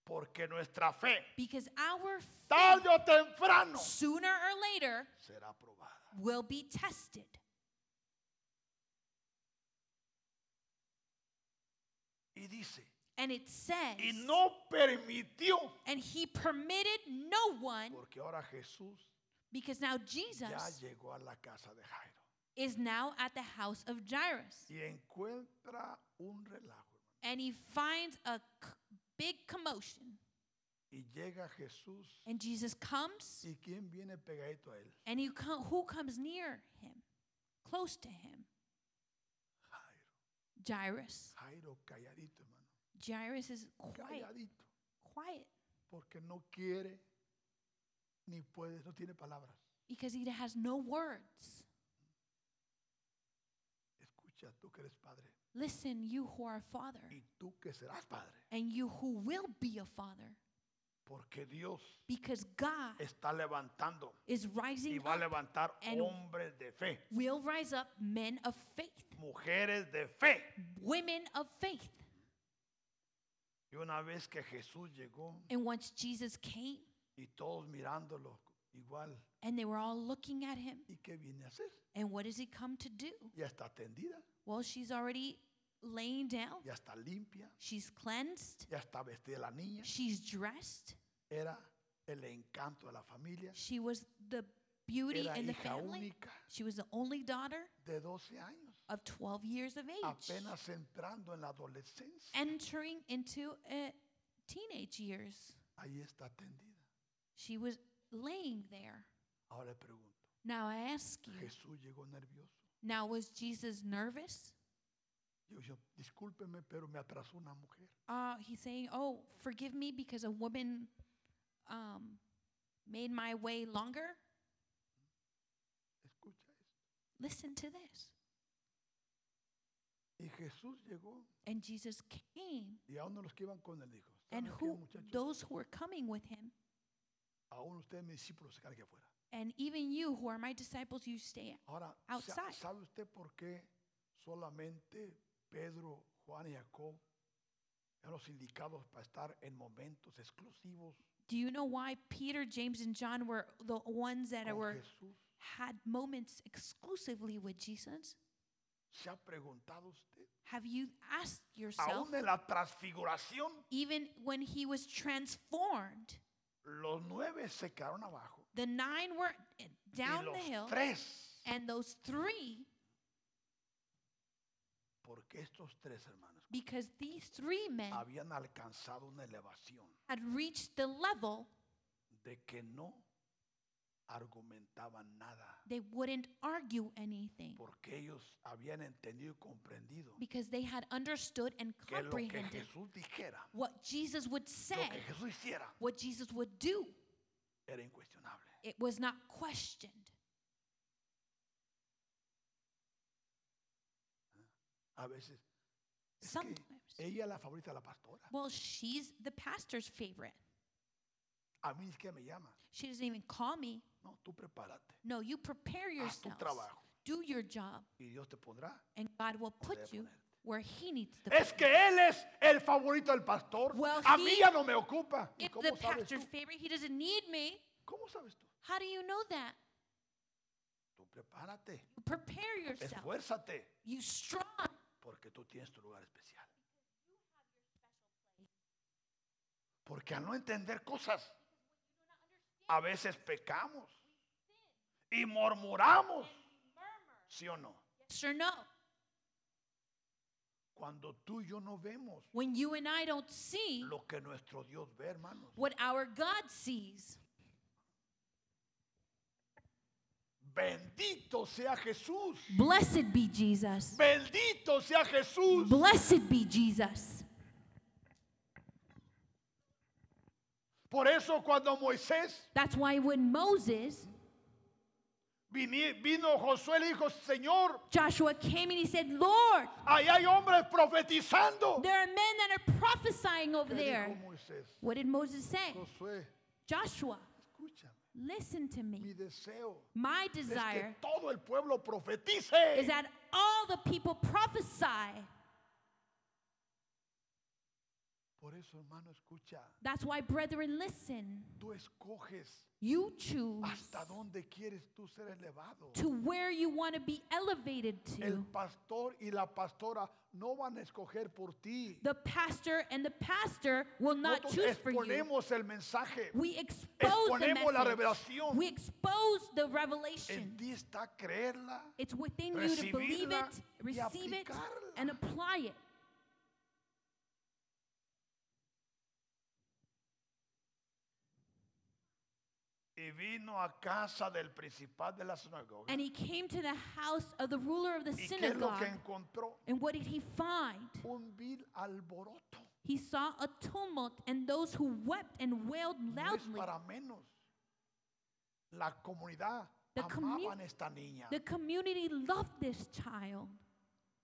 S1: Porque nuestra fe,
S2: because our
S1: tarde
S2: faith,
S1: o temprano,
S2: sooner or later,
S1: será probada.
S2: will be tested.
S1: Y dice,
S2: And it says,
S1: y no permitió,
S2: and he permitted no one,
S1: porque ahora Jesús
S2: because now
S1: ya
S2: Jesus
S1: llegó a la casa de Jairo.
S2: is now at the house of Jairus.
S1: Y encuentra un relajo. hermano.
S2: And he finds a c- big commotion.
S1: Y llega Jesús.
S2: And Jesus comes,
S1: ¿Y quién viene pegadito a él?
S2: and he co- who comes near him, close to him?
S1: Jairo.
S2: Jairus.
S1: Jairo calladito, hermano.
S2: Jairus is quiet,
S1: Calladito.
S2: quiet,
S1: Porque no quiere, ni puede, no tiene palabras.
S2: because he has no words.
S1: Escucha, tú que eres padre.
S2: Listen, you who are a father,
S1: Y tú que serás padre.
S2: and you who will be a father,
S1: Porque Dios
S2: because God
S1: está levantando
S2: is
S1: y
S2: rising
S1: va a
S2: up,
S1: levantar
S2: and-
S1: hombres de fe,
S2: will rise up men of faith,
S1: mujeres de fe.
S2: women of faith.
S1: Y una vez que Jesús llegó
S2: And once Jesus came,
S1: y todos mirándolo igual,
S2: and they were all looking at him,
S1: ¿y qué viene a hacer?
S2: and what does he come to do?
S1: Ya está tendida,
S2: Well, she's already laying down,
S1: ya está limpia,
S2: she's cleansed,
S1: ya está vestida la niña.
S2: she's dressed,
S1: Era el encanto de la familia.
S2: she was the beauty
S1: Era
S2: in the
S1: hija
S2: family.
S1: única
S2: She was the only daughter
S1: de 12 años,
S2: of 12 years of age,
S1: apenas entrando en la adolescencia.
S2: entering into uh, teenage years.
S1: Ahí está tendida.
S2: She was laying there.
S1: Ahora le pregunto,
S2: Now I ask you,
S1: Jesús llegó nervioso.
S2: now was Jesus nervous?
S1: Yo, yo, discúlpeme, pero me atrasó una mujer.
S2: Uh, he's saying, Oh, forgive me because a woman um, made my way longer.
S1: Escucha esto.
S2: Listen to this.
S1: Y Jesús llegó
S2: And Jesus came,
S1: y a uno los que iban con él dijo,
S2: and
S1: "¿Saben qué,
S2: who
S1: muchachos?
S2: those who were coming with him,
S1: aún ustedes mis discípulos se quedan aquí afuera.
S2: and even you who are my disciples, you stay out.
S1: Ahora, sa-
S2: Outside.
S1: ¿sabe usted por qué solamente Pedro, Juan y Jacob eran los indicados para estar en momentos exclusivos
S2: Do you know why Peter, James, and John were the ones that
S1: con
S2: were
S1: Jesús?
S2: had moments exclusively with Jesus?
S1: ¿Se ha preguntado usted?
S2: Have you asked yourself?
S1: Aún en la transfiguración,
S2: Even when he was transformed,
S1: los nueve se quedaron abajo
S2: the nine were
S1: y
S2: eh, down
S1: los
S2: the hill,
S1: tres,
S2: and those three,
S1: porque estos tres hermanos
S2: because these three men
S1: habían alcanzado una elevación
S2: had reached the level
S1: de que no argumentaban nada,
S2: they wouldn't argue anything,
S1: porque ellos habían entendido y comprendido
S2: because they had understood and
S1: que lo que
S2: comprehended
S1: Jesús dijera,
S2: what Jesus would say,
S1: lo que Jesús hiciera,
S2: what Jesus would do.
S1: era incuestionable.
S2: It was not questioned.
S1: A veces es que
S2: Sometimes.
S1: ella es la favorita de la pastora.
S2: Well, she's the pastor's favorite.
S1: A mí es que me llama.
S2: She doesn't even call me.
S1: No, tú prepárate.
S2: No, you prepare
S1: Haz tu
S2: yourself.
S1: trabajo
S2: Do your job.
S1: y Dios te pondrá.
S2: and God will put
S1: debe
S2: you
S1: ponerte.
S2: where He needs to
S1: Es
S2: put
S1: que él es el favorito del pastor.
S2: Well,
S1: a mí
S2: he
S1: ya no me ocupa. ¿Y
S2: you. If
S1: ¿Cómo
S2: the
S1: sabes tú?
S2: pastor's favorite, He doesn't need me.
S1: ¿Cómo sabes tú?
S2: How do you know that?
S1: Tú prepárate,
S2: Prepare yourself.
S1: esfuérzate,
S2: You strong.
S1: porque tú tienes tu lugar especial. Porque al no entender cosas, a veces pecamos y murmuramos. ¿Sí o no?
S2: Yes or no?
S1: Cuando tú y yo no vemos
S2: When you and I don't see
S1: lo que nuestro Dios ve, hermanos,
S2: what our God sees,
S1: bendito sea Jesús.
S2: blessed be Jesus.
S1: Bendito sea Jesús.
S2: Blessed be Jesus.
S1: Por eso cuando Moisés
S2: That's why when Moses,
S1: vini- vino Josué le dijo, Señor,
S2: Joshua came and he said, Lord,
S1: ahí hay hombres profetizando.
S2: there are men that are prophesying over
S1: ¿Qué dijo
S2: there.
S1: Moisés?
S2: What did Moses say?
S1: Josué,
S2: Joshua,
S1: escúchame,
S2: listen to me.
S1: mi deseo
S2: My
S1: es que
S2: desire
S1: todo el pueblo profetice.
S2: is that all the people prophesy
S1: Por eso, hermano, escucha.
S2: That's why, brethren, listen.
S1: Tú escoges
S2: You choose
S1: hasta dónde quieres tú ser elevado.
S2: to where you want to be elevated
S1: El
S2: to.
S1: pastor y la pastora no van a escoger por ti.
S2: The pastor and the pastor will not
S1: Nosotros
S2: choose for you.
S1: exponemos el mensaje.
S2: We expose the
S1: exponemos la
S2: message.
S1: revelación.
S2: We expose the
S1: En
S2: revelation.
S1: ti está creerla.
S2: It's within you to believe
S1: recibirla
S2: it,
S1: y
S2: receive it,
S1: aplicarla.
S2: and apply it.
S1: Y vino a casa del principal de la sinagoga.
S2: And he came to the house of the ruler of the
S1: ¿Y qué es lo
S2: synagogue.
S1: que encontró?
S2: And what did he find?
S1: Un vil alboroto.
S2: He saw a tumult and those who wept and wailed
S1: No es
S2: loudly.
S1: para menos. La comunidad
S2: The commu-
S1: amaban a esta niña.
S2: The community loved this child.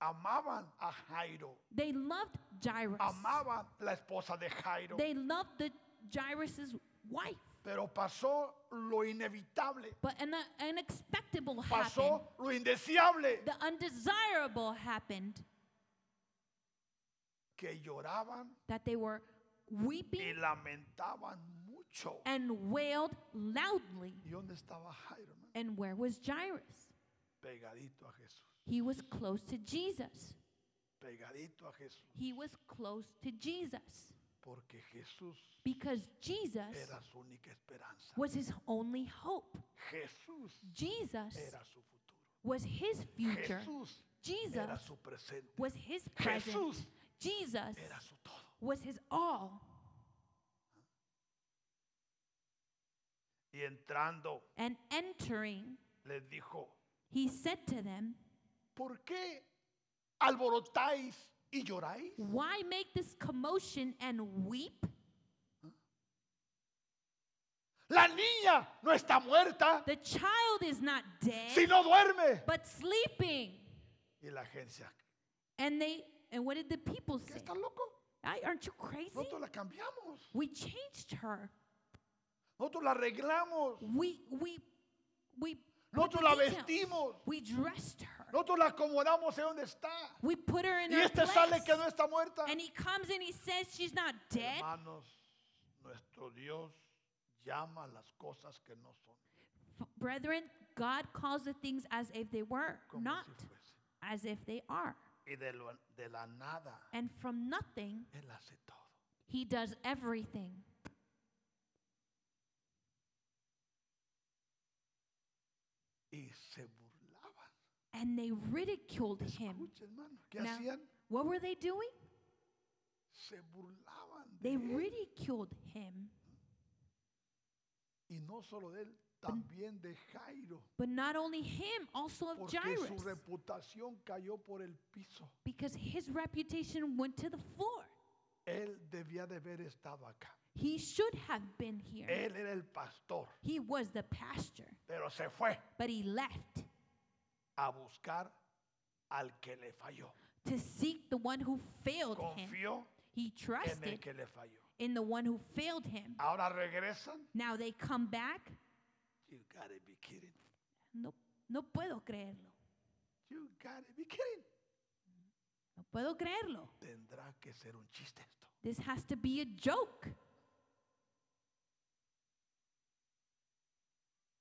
S1: Amaban a Jairo.
S2: They loved Jairus.
S1: Amaban la esposa de Jairo.
S2: They loved the Jairus's wife.
S1: Pero pasó lo inevitable.
S2: But an unexpected happened.
S1: Pasó lo indeseable.
S2: The undesirable happened
S1: Que lloraban
S2: that they were
S1: y
S2: weeping
S1: lamentaban mucho.
S2: and wailed loudly.
S1: ¿Y dónde estaba Jairo? hermano?
S2: And where was Jairus?
S1: Pegadito a Jesús.
S2: He was close to Jesus.
S1: Pegadito a Jesús.
S2: He was close to Jesus
S1: Porque Jesús
S2: because Jesus
S1: era su única esperanza.
S2: was his only hope.
S1: Jesús
S2: Jesus
S1: era su futuro.
S2: was his future.
S1: Jesús
S2: Jesus
S1: era su presente.
S2: was his present.
S1: Jesús
S2: Jesus
S1: era su todo.
S2: was his all.
S1: Y entrando
S2: And entering,
S1: les dijo,
S2: he said to them,
S1: ¿por qué alborotáis y lloráis?
S2: Why make this commotion and weep?
S1: La niña no está muerta,
S2: The child is not dead,
S1: sino duerme.
S2: but sleeping.
S1: Y la agencia,
S2: And they and what did the people
S1: ¿qué
S2: say?
S1: está loco?
S2: "Ay, aren't you crazy?
S1: Nosotros la cambiamos,
S2: We changed her.
S1: nosotros la arreglamos,
S2: We we we put the
S1: nosotros la
S2: details.
S1: vestimos,
S2: We dressed her.
S1: nosotros la acomodamos en donde está.
S2: We put her in
S1: Y
S2: her
S1: este sale
S2: place.
S1: que no está muerta.
S2: And he comes and he says she's not dead.
S1: Hermanos, nuestro Dios llama a las cosas que no son
S2: F- Brethren, God calls the things as if they were
S1: como
S2: not
S1: si fuese.
S2: as if they are.
S1: Y de, lo- de la nada,
S2: And from nothing,
S1: Él hace todo.
S2: he does everything.
S1: Y se burlaban.
S2: And they ridiculed him.
S1: Escucha, hermano, ¿qué
S2: Now,
S1: hacían?
S2: what were they doing?
S1: Se burlaban de
S2: They
S1: él.
S2: ridiculed him.
S1: Y no solo de él, también de Jairo.
S2: But not only him, also of
S1: Porque su
S2: Jairus.
S1: reputación cayó por el piso.
S2: Because his reputation went to the floor.
S1: Él debía de haber estado acá.
S2: He should have been here.
S1: Él era el pastor,
S2: He was the pastor,
S1: pero se fue
S2: but he left
S1: a buscar al que le falló.
S2: to seek the one who failed him.
S1: Confió
S2: He
S1: en el
S2: trusted
S1: que le falló.
S2: in the one who failed him.
S1: Ahora regresan.
S2: Now they come back.
S1: You gotta be kidding.
S2: No, no puedo creerlo.
S1: You gotta be kidding.
S2: No puedo creerlo.
S1: Tendrá que ser un chiste esto.
S2: This has to be a joke.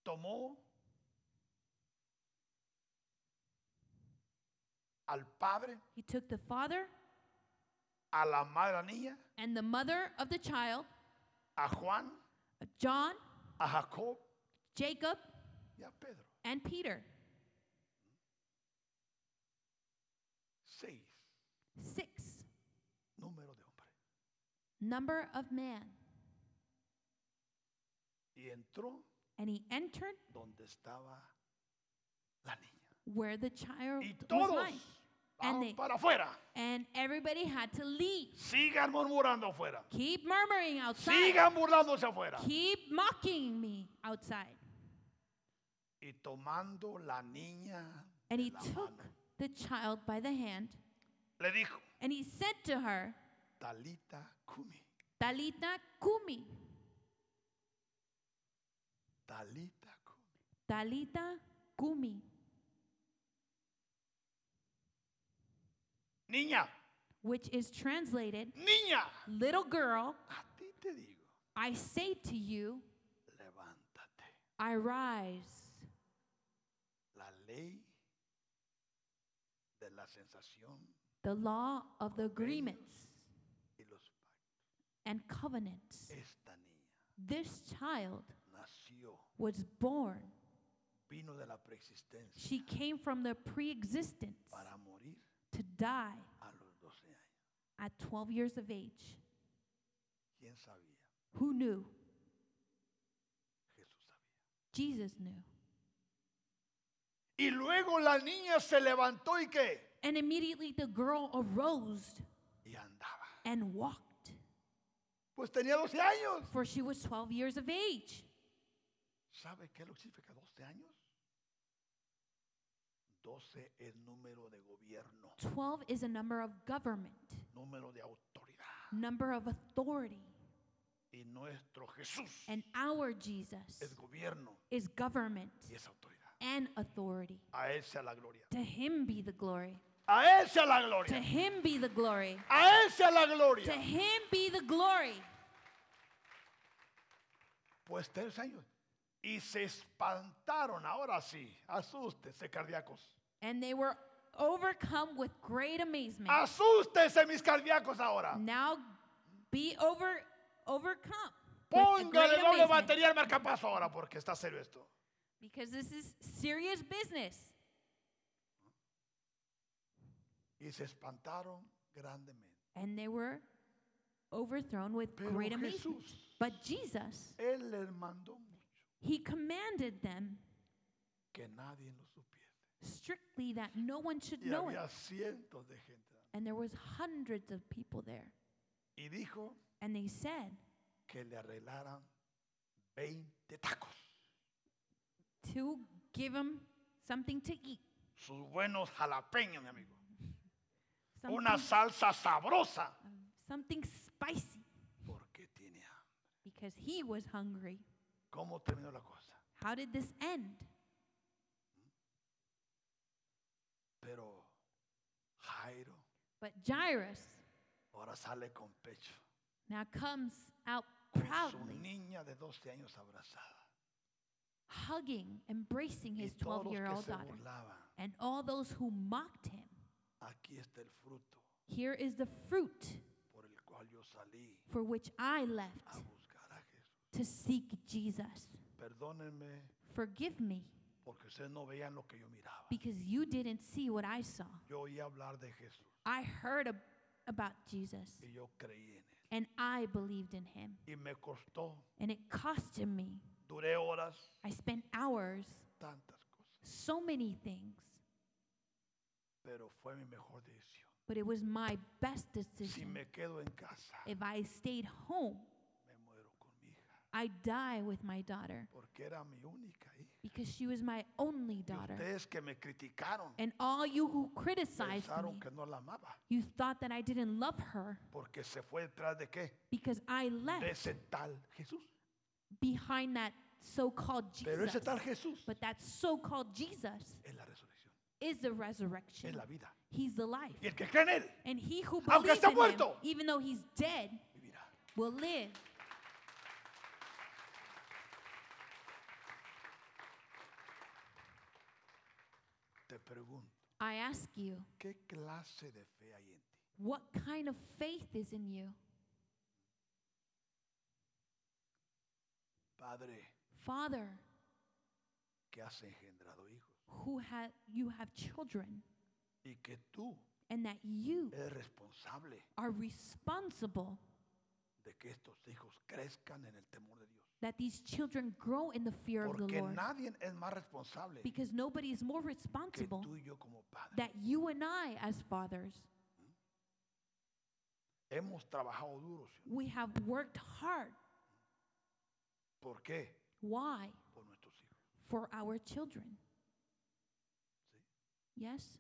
S1: Tomó al padre,
S2: He took the father
S1: a la madre de la niña,
S2: and the mother of the child,
S1: a Juan,
S2: uh, John,
S1: a Jacob
S2: Jacob,
S1: y a Pedro.
S2: and Peter.
S1: Seis,
S2: Six,
S1: número de hombre.
S2: number of man.
S1: Y entró
S2: And he entered
S1: donde estaba la niña.
S2: where the child
S1: Y
S2: was
S1: todos
S2: lying. And
S1: van
S2: they-
S1: para afuera.
S2: And everybody had to leave.
S1: Sigan murmurando afuera.
S2: Keep murmuring outside.
S1: Sigan burlándose afuera.
S2: Keep mocking me outside.
S1: Y tomando la niña
S2: And
S1: de
S2: he
S1: la
S2: took
S1: mano,
S2: the child by the hand
S1: le dijo,
S2: and he said to her,
S1: Talita Kumi,
S2: Talita Kumi,
S1: Talita Kumi.
S2: Talita Kumi.
S1: Niña,
S2: which is translated,
S1: Niña,
S2: Little girl,
S1: a ti te digo,
S2: I say to you,
S1: levántate.
S2: I rise.
S1: La ley de la sensación
S2: The law of the agreements
S1: y los pactos.
S2: and covenants.
S1: Esta niña
S2: This child
S1: nació,
S2: was born.
S1: vino de la preexistencia
S2: She came from the pre existence
S1: para morir
S2: to die
S1: a los 12 años.
S2: at 12 years of age.
S1: ¿Quién sabía?
S2: Who knew?
S1: Jesús sabía.
S2: Jesus knew.
S1: Y luego la niña se levantó y qué?
S2: And immediately the girl arose
S1: Y andaba.
S2: and walked,
S1: Pues tenía 12 años.
S2: for she was 12 years of age.
S1: ¿Sabe qué es lo que significa 12 años? 12 es número de gobierno,
S2: 12 is a number of government,
S1: número de autoridad.
S2: number of authority.
S1: Y nuestro Jesús
S2: And our Jesus
S1: es gobierno
S2: is government
S1: y es autoridad.
S2: and authority.
S1: A Él sea la gloria.
S2: To him be the glory.
S1: A Él sea la
S2: To
S1: gloria.
S2: him be the glory.
S1: A Él sea la
S2: To
S1: gloria.
S2: him be the glory.
S1: Pues tres años. Y se espantaron, ahora sí. Asústense, cardíacos.
S2: And they were overcome with great amazement.
S1: Ah. Asústense, mis cardíacos, ahora.
S2: Now be over overcome. with a
S1: Póngale
S2: great
S1: doble
S2: amazement.
S1: batería al marcapaso ahora porque está serio esto.
S2: Because this is serious business.
S1: Y se espantaron grandemente.
S2: And they were overthrown with
S1: Pero
S2: great amazement.
S1: Jesús,
S2: But Jesus,
S1: Él les mandó mucho
S2: he commanded them
S1: que nadie lo supiera.
S2: strictly that no one should
S1: Y
S2: know it.
S1: había cientos de gente.
S2: And there was hundreds of people there.
S1: Y dijo
S2: And they said
S1: que le arreglaran 20 tacos.
S2: to give him something to eat.
S1: Sus buenos jalapeños, mi amigo.
S2: Something,
S1: Una salsa sabrosa.
S2: something spicy.
S1: Porque tiene hambre.
S2: Because he was hungry.
S1: ¿Cómo terminó la cosa?
S2: How did this end?
S1: Pero Jairo
S2: But Jairus
S1: ahora sale con pecho.
S2: now comes out
S1: Con su
S2: proudly,
S1: niña de 12 años abrazada.
S2: hugging, embracing
S1: Y
S2: his
S1: todos
S2: 12
S1: los
S2: year
S1: que
S2: old
S1: se
S2: daughter.
S1: burlaban.
S2: And all those who mocked him.
S1: Aquí está el fruto
S2: Here is the fruit
S1: por el cual yo salí
S2: for which I left
S1: a buscar a Jesús.
S2: to seek Jesus.
S1: Perdónenme
S2: Forgive me
S1: porque ustedes no veían lo que yo miraba.
S2: because you didn't see what I saw.
S1: Yo oí hablar de Jesús
S2: I heard ab- about Jesus
S1: y yo creí en él.
S2: and I believed in him.
S1: Y me costó,
S2: And it costed me.
S1: duré horas,
S2: I spent hours,
S1: tantas cosas,
S2: so many things,
S1: pero fue mi mejor decisión.
S2: but it was my best
S1: Si
S2: decision.
S1: me quedo en casa,
S2: If I stayed home,
S1: me muero con mi hija
S2: I die with my daughter
S1: porque era mi única hija.
S2: because she was my only
S1: Y
S2: daughter.
S1: ustedes que me criticaron
S2: And all you who criticized me,
S1: pensaron que no la amaba
S2: you thought that I didn't love her
S1: porque se fue detrás de qué?
S2: because I
S1: De
S2: left
S1: ese tal Jesús.
S2: behind that so-called
S1: Pero
S2: Jesus.
S1: ese tal Jesús
S2: But that so-called Jesus
S1: es la resurrección,
S2: is the
S1: es
S2: resurrection.
S1: la vida.
S2: He's the life.
S1: Y el que cree en él
S2: And he who
S1: Aunque
S2: believes
S1: esté
S2: in him,
S1: muerto.
S2: even though he's dead,
S1: vivirá.
S2: will live.
S1: Te pregunto,
S2: I ask you,
S1: ¿qué clase de fe hay en ti?
S2: what kind of faith is in you?
S1: Padre
S2: Father,
S1: que has engendrado hijos
S2: who ha- you have children,
S1: y que tú
S2: and that you
S1: eres responsable
S2: are responsible
S1: de que estos hijos crezcan en el temor de Dios.
S2: that these children grow in the fear of the
S1: Porque
S2: Lord.
S1: nadie es más responsable que
S2: Because nobody is more responsible
S1: tú y yo como padre.
S2: that you and I, as fathers,
S1: Hemos trabajado duro. ¿sí?
S2: we have worked hard.
S1: ¿Por qué?
S2: Why?
S1: Por nuestros hijos.
S2: For our children. Yes?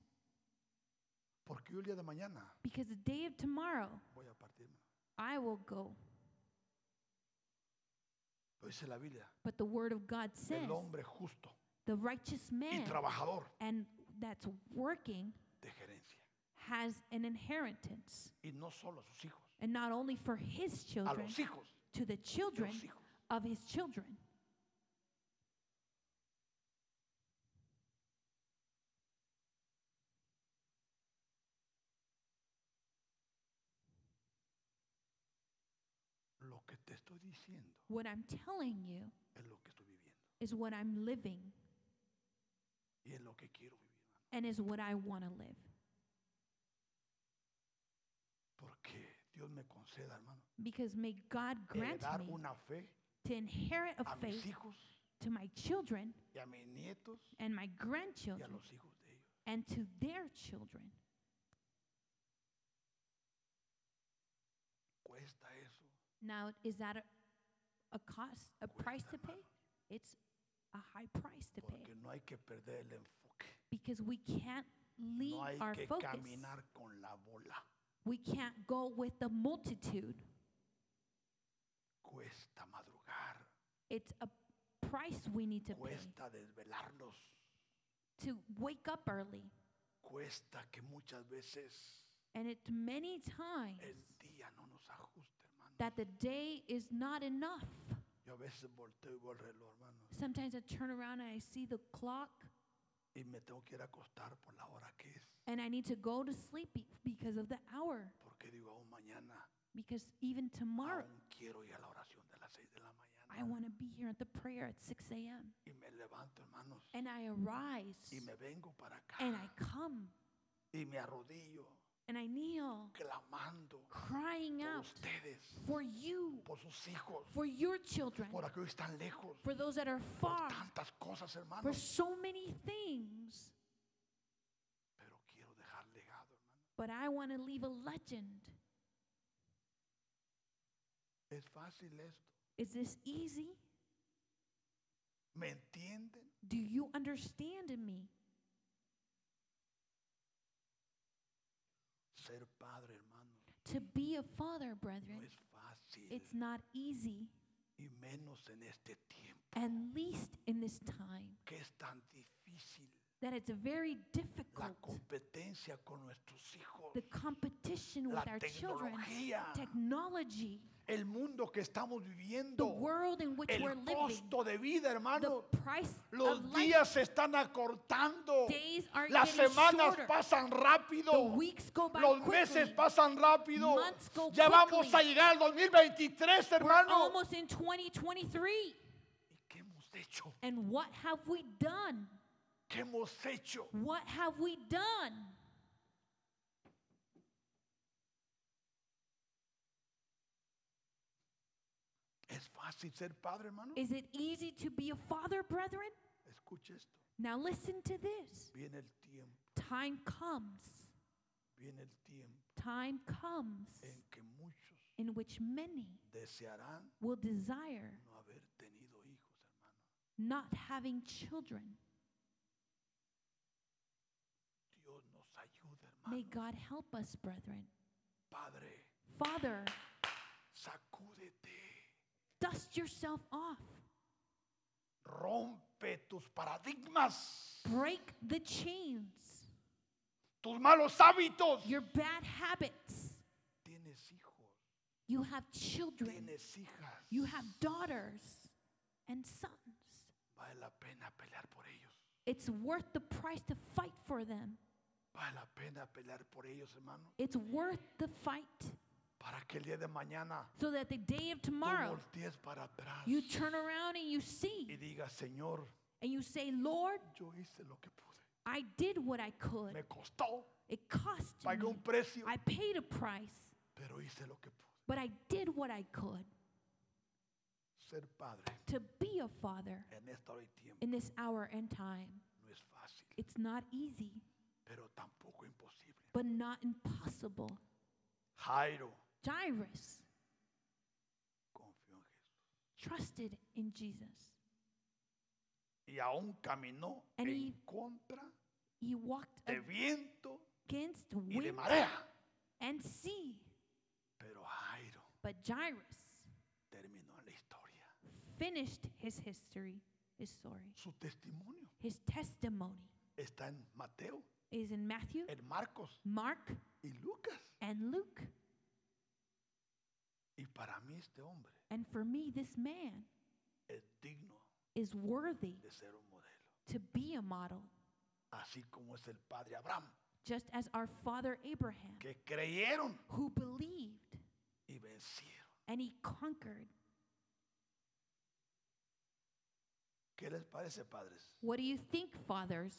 S1: Porque yo el día de mañana
S2: Because the day of tomorrow,
S1: voy a partirme.
S2: I will go.
S1: Lo dice la Biblia.
S2: But the word of God says
S1: El hombre justo
S2: the righteous
S1: y
S2: man
S1: trabajador
S2: and that's working
S1: de gerencia.
S2: has an inheritance,
S1: y no solo a sus hijos,
S2: and not only for his
S1: a
S2: children,
S1: los hijos
S2: to the
S1: de
S2: children
S1: los hijos.
S2: of his children.
S1: Lo que te estoy diciendo
S2: What I'm telling you
S1: es lo que estoy viviendo
S2: is what I'm living
S1: y es lo que quiero vivir.
S2: and is what I want to live
S1: Porque Dios me conceda, hermano,
S2: because may God grant
S1: dar
S2: me
S1: una fe
S2: to inherit
S1: a
S2: a
S1: mis
S2: faith
S1: hijos
S2: to my children
S1: y a mis nietos
S2: and my
S1: y a
S2: grandchildren
S1: los hijos de ellos.
S2: and to their children.
S1: Cuesta eso.
S2: Now, is that a, a cost, a price to pay? It's a high price to pay
S1: Porque no hay que perder el enfoque.
S2: because we can't
S1: No hay
S2: leave our
S1: que
S2: focus.
S1: caminar con la bola.
S2: We can't go with the multitude.
S1: Cuesta madrugar.
S2: It's a price we need to pay
S1: Cuesta desvelarnos.
S2: to wake up early.
S1: Cuesta que muchas veces
S2: And it's many times
S1: el día no nos ajuste, hermano.
S2: that the day is not enough.
S1: Yo a veces volteo y veo el reloj, hermano.
S2: Sometimes I turn around and I see the clock
S1: Y me tengo que ir a acostar por la hora que es.
S2: and I need to go to sleep be- because of the hour.
S1: Porque digo, aún mañana.
S2: Because even tomorrow,
S1: Aún quiero ir a la oración de las 6 de la mañana.
S2: I want to be here at the prayer at 6 a.m.
S1: Y me levanto, hermanos.
S2: And I arise
S1: Y me vengo para acá.
S2: and I come
S1: Y me arrodillo,
S2: and I kneel,
S1: clamando
S2: crying
S1: por
S2: out
S1: ustedes,
S2: for you,
S1: por sus hijos,
S2: for your children,
S1: por aquellos que están lejos,
S2: for those that are
S1: por
S2: far,
S1: tantas cosas,
S2: for
S1: hermanos.
S2: so many things.
S1: Pero quiero dejar legado, hermano.
S2: But I want to leave a legend.
S1: Es fácil esto.
S2: Is this easy?
S1: ¿Me entienden?
S2: Do you understand me?
S1: Ser padre, hermano,
S2: To be a father,
S1: no
S2: brethren,
S1: es fácil.
S2: it's not easy,
S1: y menos en este tiempo,
S2: and least in this time,
S1: que es tan difícil.
S2: that it's very
S1: La
S2: difficult.
S1: competencia con nuestros hijos,
S2: The competition
S1: la
S2: with our children,
S1: tecnología,
S2: technology,
S1: el mundo que estamos
S2: the
S1: viviendo,
S2: world in which we're
S1: el
S2: living,
S1: costo de vida,
S2: the
S1: hermano.
S2: price of
S1: Los
S2: life,
S1: días se están acortando.
S2: days are
S1: Las
S2: getting
S1: semanas
S2: shorter.
S1: pasan
S2: The
S1: rápido.
S2: weeks go by
S1: Los
S2: quickly.
S1: meses pasan rápido.
S2: Months go
S1: Ya vamos
S2: quickly.
S1: a llegar al 2023,
S2: We're
S1: hermano.
S2: almost in 2023,
S1: ¿Y qué hemos hecho?
S2: and what have we done?
S1: ¿Qué hemos hecho?
S2: What have we done?
S1: ¿Es fácil ser padre, hermano?
S2: Is it easy to be a father, brethren?
S1: Escuche esto.
S2: Now listen to this.
S1: Viene el tiempo,
S2: Time comes,
S1: viene el tiempo
S2: time comes
S1: en que muchos
S2: in which many
S1: desearán
S2: will desire
S1: no haber tenido hijos, hermano.
S2: not having children.
S1: Dios nos ayuda,
S2: May
S1: hermano.
S2: God help us, brethren.
S1: Padre,
S2: Father,
S1: sacúdete.
S2: dust yourself off.
S1: Rompe tus paradigmas,
S2: Break the chains,
S1: tus malos hábitos.
S2: your bad habits.
S1: Tienes hijos,
S2: You have children,
S1: tienes hijas.
S2: you have daughters and sons.
S1: Vale la pena pelear por ellos.
S2: It's worth the price to fight for them.
S1: Vale la pena pelear por ellos, hermano.
S2: It's worth the fight
S1: Para que el día de mañana
S2: so that the day of
S1: tú
S2: tomorrow
S1: voltees para atrás
S2: you turn around and you
S1: y
S2: see
S1: digas, Señor,
S2: and you say, Lord,
S1: yo hice lo que pude.
S2: I did what I could.
S1: Me costó,
S2: It cost
S1: pagué
S2: me.
S1: un precio,
S2: I paid a price,
S1: pero hice lo que pude.
S2: but I did what I could
S1: Ser padre
S2: to be a father
S1: en esta hora y tiempo
S2: in this hour and time.
S1: no es fácil,
S2: It's not easy,
S1: pero tampoco imposible.
S2: but not impossible.
S1: Jairo
S2: Jairus
S1: confió en Jesús.
S2: trusted in Jesus.
S1: y aún caminó
S2: And
S1: en
S2: he-
S1: contra
S2: He walked
S1: de viento
S2: against
S1: y de
S2: wind
S1: marea.
S2: and sea,
S1: Pero Jairo
S2: but Jairus
S1: terminó la historia.
S2: finished his history, his story,
S1: Su testimonio
S2: his testimony.
S1: está en Mateo
S2: is in Matthew,
S1: en Marcos
S2: Mark,
S1: y Lucas.
S2: and Luke.
S1: Y para mí este hombre
S2: And for me, this man
S1: es digno
S2: is worthy
S1: de ser un modelo,
S2: to be a model,
S1: así como es el padre Abraham,
S2: just as our father Abraham,
S1: que creyeron
S2: who believed
S1: y vencieron.
S2: and he conquered.
S1: ¿Qué les parece, padres?
S2: What do you think, fathers?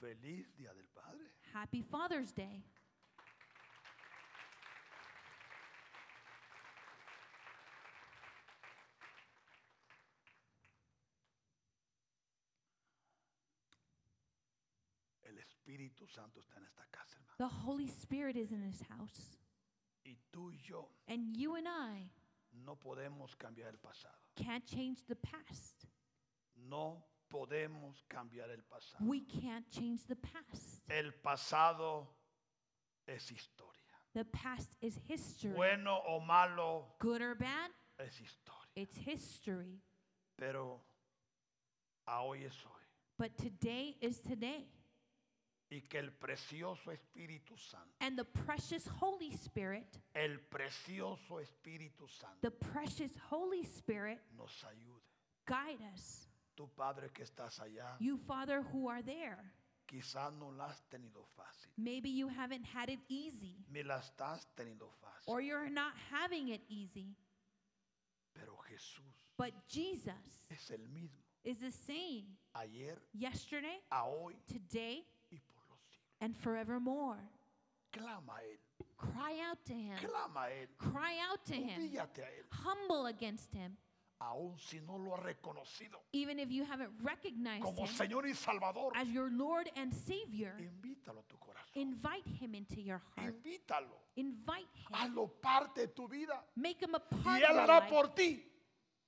S1: Feliz Día del Padre.
S2: Happy Father's Day.
S1: El Espíritu Santo está en esta casa, hermano.
S2: The Holy Spirit is in his house,
S1: Y tú y yo
S2: and you and I
S1: no podemos cambiar el pasado.
S2: can't change the past.
S1: No podemos cambiar el pasado.
S2: We can't change the past.
S1: El pasado es historia.
S2: The past is history.
S1: Bueno o malo
S2: Good or bad,
S1: es historia.
S2: it's history.
S1: Pero a hoy es hoy.
S2: But today is today.
S1: Y que el precioso Espíritu Santo,
S2: And the precious Holy Spirit,
S1: el precioso Espíritu Santo
S2: the precious Holy Spirit,
S1: nos ayude.
S2: guide us.
S1: Tu Padre que estás allá,
S2: You, Father, who are there,
S1: quizás no la has tenido fácil.
S2: maybe you haven't had it easy,
S1: Me la estás teniendo fácil.
S2: or you're not having it easy,
S1: Pero Jesús
S2: but Jesus
S1: es el mismo.
S2: is the same
S1: Ayer,
S2: yesterday,
S1: a hoy
S2: today,
S1: y por los siglos.
S2: and forevermore.
S1: Clama a Él.
S2: Cry out to Him.
S1: Clama a Él.
S2: Cry out to Him.
S1: Humíllate a Él.
S2: Humble against Him,
S1: Aun si no lo has reconocido
S2: even if you haven't recognized
S1: como
S2: Him
S1: Señor y Salvador.
S2: as your Lord and Savior.
S1: Invítalo a tu corazón.
S2: Invite Him into your heart.
S1: Invítalo.
S2: Invite Him.
S1: Hazlo parte de tu vida.
S2: Make him a part
S1: Y Él
S2: of your
S1: hará
S2: life,
S1: por ti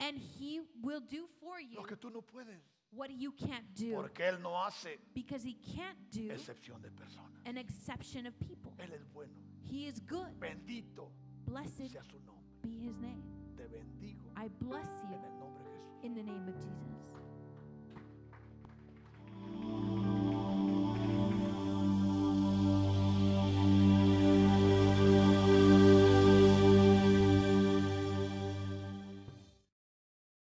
S2: and he will do for you
S1: lo que tú no puedes.
S2: what you can't do
S1: Porque Él no hace
S2: because he can't do
S1: excepción de personas.
S2: an exception of people.
S1: Él es bueno.
S2: He is good.
S1: Bendito
S2: Blessed
S1: sea su nombre.
S2: be his name.
S1: Te bendigo
S2: I bless
S1: en
S2: you
S1: el nombre de Jesús.
S2: in the name of Jesus.